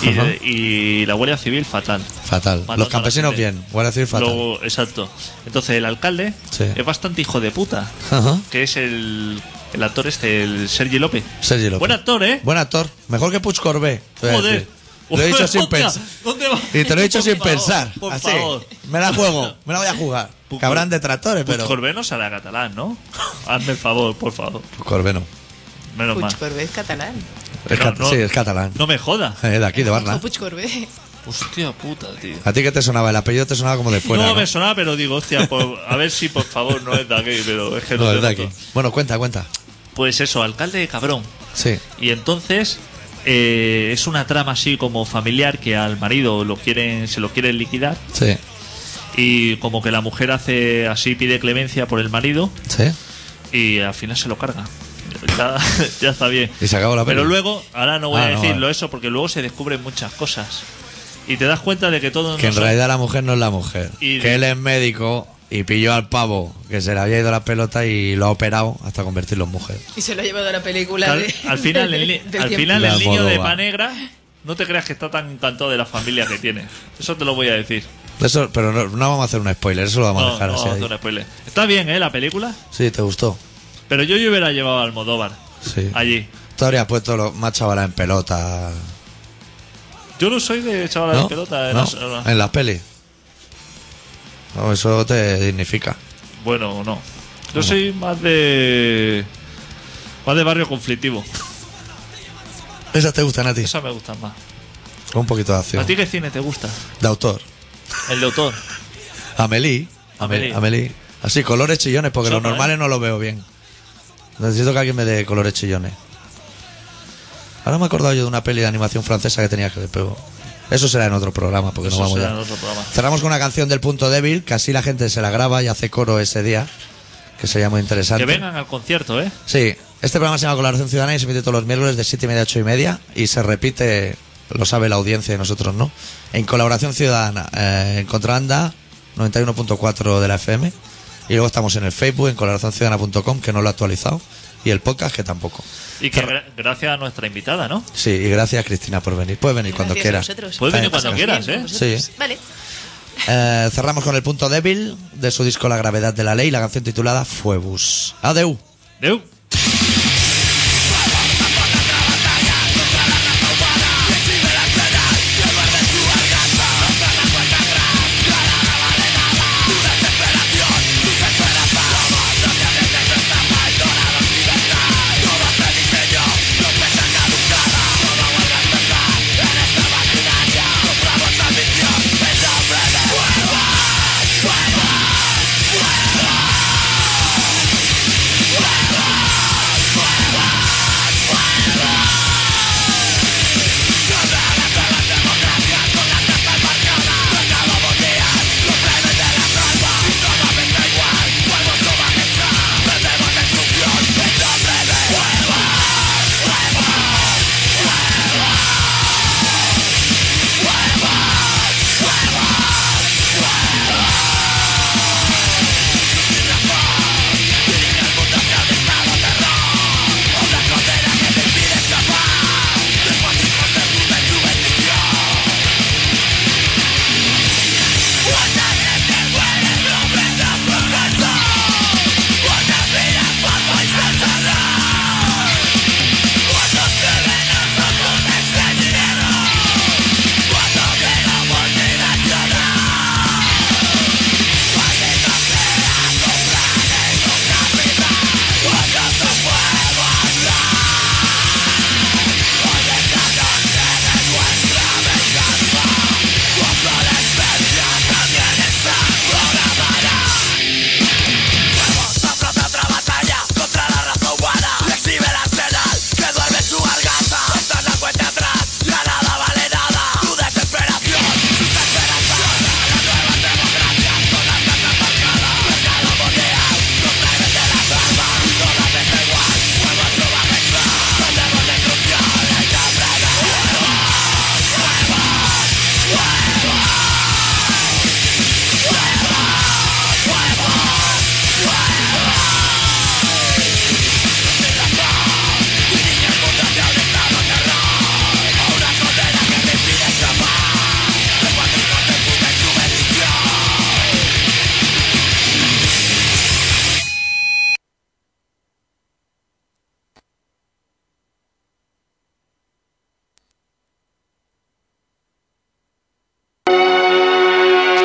[SPEAKER 2] y,
[SPEAKER 1] Ajá.
[SPEAKER 2] y la Guardia Civil fatal.
[SPEAKER 1] Fatal.
[SPEAKER 2] Matando
[SPEAKER 1] Los
[SPEAKER 2] a la
[SPEAKER 1] campesinos
[SPEAKER 2] gente.
[SPEAKER 1] bien, voy a decir fatal.
[SPEAKER 2] Luego, exacto. Entonces el alcalde
[SPEAKER 1] Sí.
[SPEAKER 2] es bastante hijo de puta,
[SPEAKER 1] Ajá.
[SPEAKER 2] que es el, el actor este, el Sergi López.
[SPEAKER 1] Sergi López.
[SPEAKER 2] Buen actor, ¿eh?
[SPEAKER 1] Buen actor. Mejor que Puch Corbé. te voy a
[SPEAKER 2] Joder.
[SPEAKER 1] decir. Lo he dicho sin
[SPEAKER 2] [LAUGHS] Hostia,
[SPEAKER 1] pensar.
[SPEAKER 2] ¿dónde va?
[SPEAKER 1] Y te lo he dicho
[SPEAKER 2] [LAUGHS] Por
[SPEAKER 1] sin
[SPEAKER 2] favor,
[SPEAKER 1] pensar.
[SPEAKER 2] Por
[SPEAKER 1] así.
[SPEAKER 2] favor. Pues
[SPEAKER 1] Me la juego, me la voy a jugar.
[SPEAKER 2] Puch
[SPEAKER 1] Que habrán
[SPEAKER 2] Corbé.
[SPEAKER 1] detractores,
[SPEAKER 2] Puch
[SPEAKER 1] pero.
[SPEAKER 2] Corbé no será catalán, ¿no? Hazme el favor, por favor.
[SPEAKER 1] Puch Corbé no.
[SPEAKER 2] Menos mal.
[SPEAKER 5] Puig Corbé es catalán.
[SPEAKER 1] Es
[SPEAKER 2] No,
[SPEAKER 1] cat-
[SPEAKER 2] no.
[SPEAKER 1] Sí, es catalán.
[SPEAKER 2] No me joda.
[SPEAKER 1] Eh, de aquí, de Barna.
[SPEAKER 5] No, Puig Corbé.
[SPEAKER 2] Hostia puta, tío.
[SPEAKER 1] ¿A ti qué te sonaba? El apellido te sonaba como de fuera.
[SPEAKER 2] no,
[SPEAKER 1] No,
[SPEAKER 2] me sonaba, pero digo, hostia, por- a ver si por favor no es de aquí, pero es que no,
[SPEAKER 1] No,
[SPEAKER 2] te
[SPEAKER 1] es de
[SPEAKER 2] noto.
[SPEAKER 1] aquí. Bueno, cuenta, cuenta.
[SPEAKER 2] Pues eso, alcalde de cabrón.
[SPEAKER 1] Sí.
[SPEAKER 2] Y entonces eh, es una trama así como familiar que al marido lo quieren, se lo quieren liquidar
[SPEAKER 1] Sí.
[SPEAKER 2] y como que la mujer hace así, pide clemencia por el marido
[SPEAKER 1] Sí.
[SPEAKER 2] y al final se lo carga. Ya, ya está bien.
[SPEAKER 1] Y se acabó la peli.
[SPEAKER 2] Pero luego, ahora no voy
[SPEAKER 1] Ah,
[SPEAKER 2] a
[SPEAKER 1] no,
[SPEAKER 2] decirlo
[SPEAKER 1] vale.
[SPEAKER 2] eso porque luego se descubren muchas cosas. Y te das cuenta de que todo
[SPEAKER 1] Que en
[SPEAKER 2] no-
[SPEAKER 1] realidad la mujer no es la mujer.
[SPEAKER 2] Y-
[SPEAKER 1] que él es médico y pilló al pavo que se le había ido la pelota y lo ha operado hasta convertirlo en mujer.
[SPEAKER 5] Y se lo ha llevado a la película.
[SPEAKER 2] Al,
[SPEAKER 5] de-
[SPEAKER 2] al final, el, ni-
[SPEAKER 5] [LAUGHS] del
[SPEAKER 2] al
[SPEAKER 5] tiempo.
[SPEAKER 2] final
[SPEAKER 1] La
[SPEAKER 2] el niño de
[SPEAKER 1] Almodóvar.
[SPEAKER 2] Panegra, no te creas que está tan encantado de la familia que tiene. Eso te lo voy a decir.
[SPEAKER 1] Eso, pero no, no vamos a hacer un spoiler, eso lo vamos a
[SPEAKER 2] No,
[SPEAKER 1] dejar
[SPEAKER 2] no,
[SPEAKER 1] así.
[SPEAKER 2] no,
[SPEAKER 1] ahí.
[SPEAKER 2] no, spoiler. Está bien, ¿eh? La película.
[SPEAKER 1] Sí, ¿te gustó?
[SPEAKER 2] Pero yo, yo hubiera llevado al Almodóvar
[SPEAKER 1] Sí.
[SPEAKER 2] allí.
[SPEAKER 1] Tú habrías puesto los más chavalas en pelota.
[SPEAKER 2] Yo no soy de chaval
[SPEAKER 1] ¿no?
[SPEAKER 2] de pelota. eh,
[SPEAKER 1] No,
[SPEAKER 2] no sé, no.
[SPEAKER 1] En las pelis. No, eso te dignifica.
[SPEAKER 2] Bueno, o no. Yo soy más de. Más de barrio conflictivo.
[SPEAKER 1] Esas te gustan a ti.
[SPEAKER 2] Esas me gustan más.
[SPEAKER 1] Con un poquito de acción.
[SPEAKER 2] ¿A ti qué cine te gusta?
[SPEAKER 1] De autor.
[SPEAKER 2] El de autor.
[SPEAKER 1] Amelie.
[SPEAKER 2] Amelie.
[SPEAKER 1] Amelie. Así, colores chillones, porque
[SPEAKER 2] Sopa,
[SPEAKER 1] los normales
[SPEAKER 2] ¿eh?
[SPEAKER 1] no los veo bien. Necesito que alguien me dé colores chillones. Ahora me he acordado yo de una peli de animación francesa que tenía que ver, pero eso será en otro programa, porque
[SPEAKER 2] Eso
[SPEAKER 1] no vamos
[SPEAKER 2] será
[SPEAKER 1] ya.
[SPEAKER 2] en otro programa.
[SPEAKER 1] Cerramos con una canción del punto débil, que así la gente se la graba y hace coro ese día, que sería muy interesante.
[SPEAKER 2] Que vengan al concierto, ¿eh?
[SPEAKER 1] Sí, este programa se llama Colaboración Ciudadana y se emite todos los miércoles de 7 y media a 8 y media y se repite, lo sabe la audiencia y nosotros no, en Colaboración Ciudadana, eh, en Contraanda 91.4 de la FM y luego estamos en el Facebook, en colaboracionciudadana.com, que no lo he actualizado, y el podcast que tampoco.
[SPEAKER 2] Y que gra- gracias a nuestra invitada, ¿no?
[SPEAKER 1] Sí, y gracias Cristina por venir. Puedes venir cuando pues,
[SPEAKER 5] Gracias a
[SPEAKER 1] quieras.
[SPEAKER 5] vosotros.
[SPEAKER 2] Puedes venir
[SPEAKER 1] Está en
[SPEAKER 2] cuando
[SPEAKER 1] tu
[SPEAKER 2] quieras,
[SPEAKER 1] casa.
[SPEAKER 2] ¿eh?
[SPEAKER 1] Sí.
[SPEAKER 5] Vale.
[SPEAKER 1] Eh, cerramos con el punto débil de su disco La Gravedad de la Ley, la canción titulada Fuebus. Adeu.
[SPEAKER 2] Deu.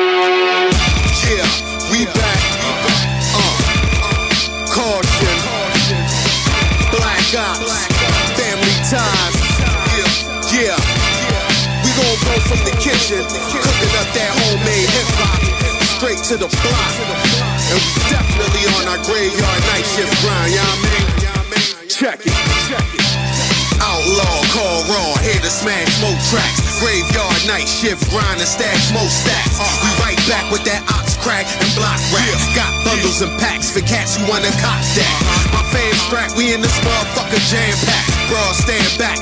[SPEAKER 12] Yeah, we back. Uh, caution. Black ops. Family ties. Yeah, yeah. We gon' go from the kitchen, cooking up that homemade hip hop, straight to the block. And we definitely on our graveyard night shift grind, y'all man. Check it, check it. Outlaw, call raw, here to smash more tracks. Graveyard night shift grind and stash more stacks. Uh, We right back with that ox crack and block rap. Got bundles and packs for cats who wanna cop that. My fans track, we in this motherfucker jam packed. Bro, stand back.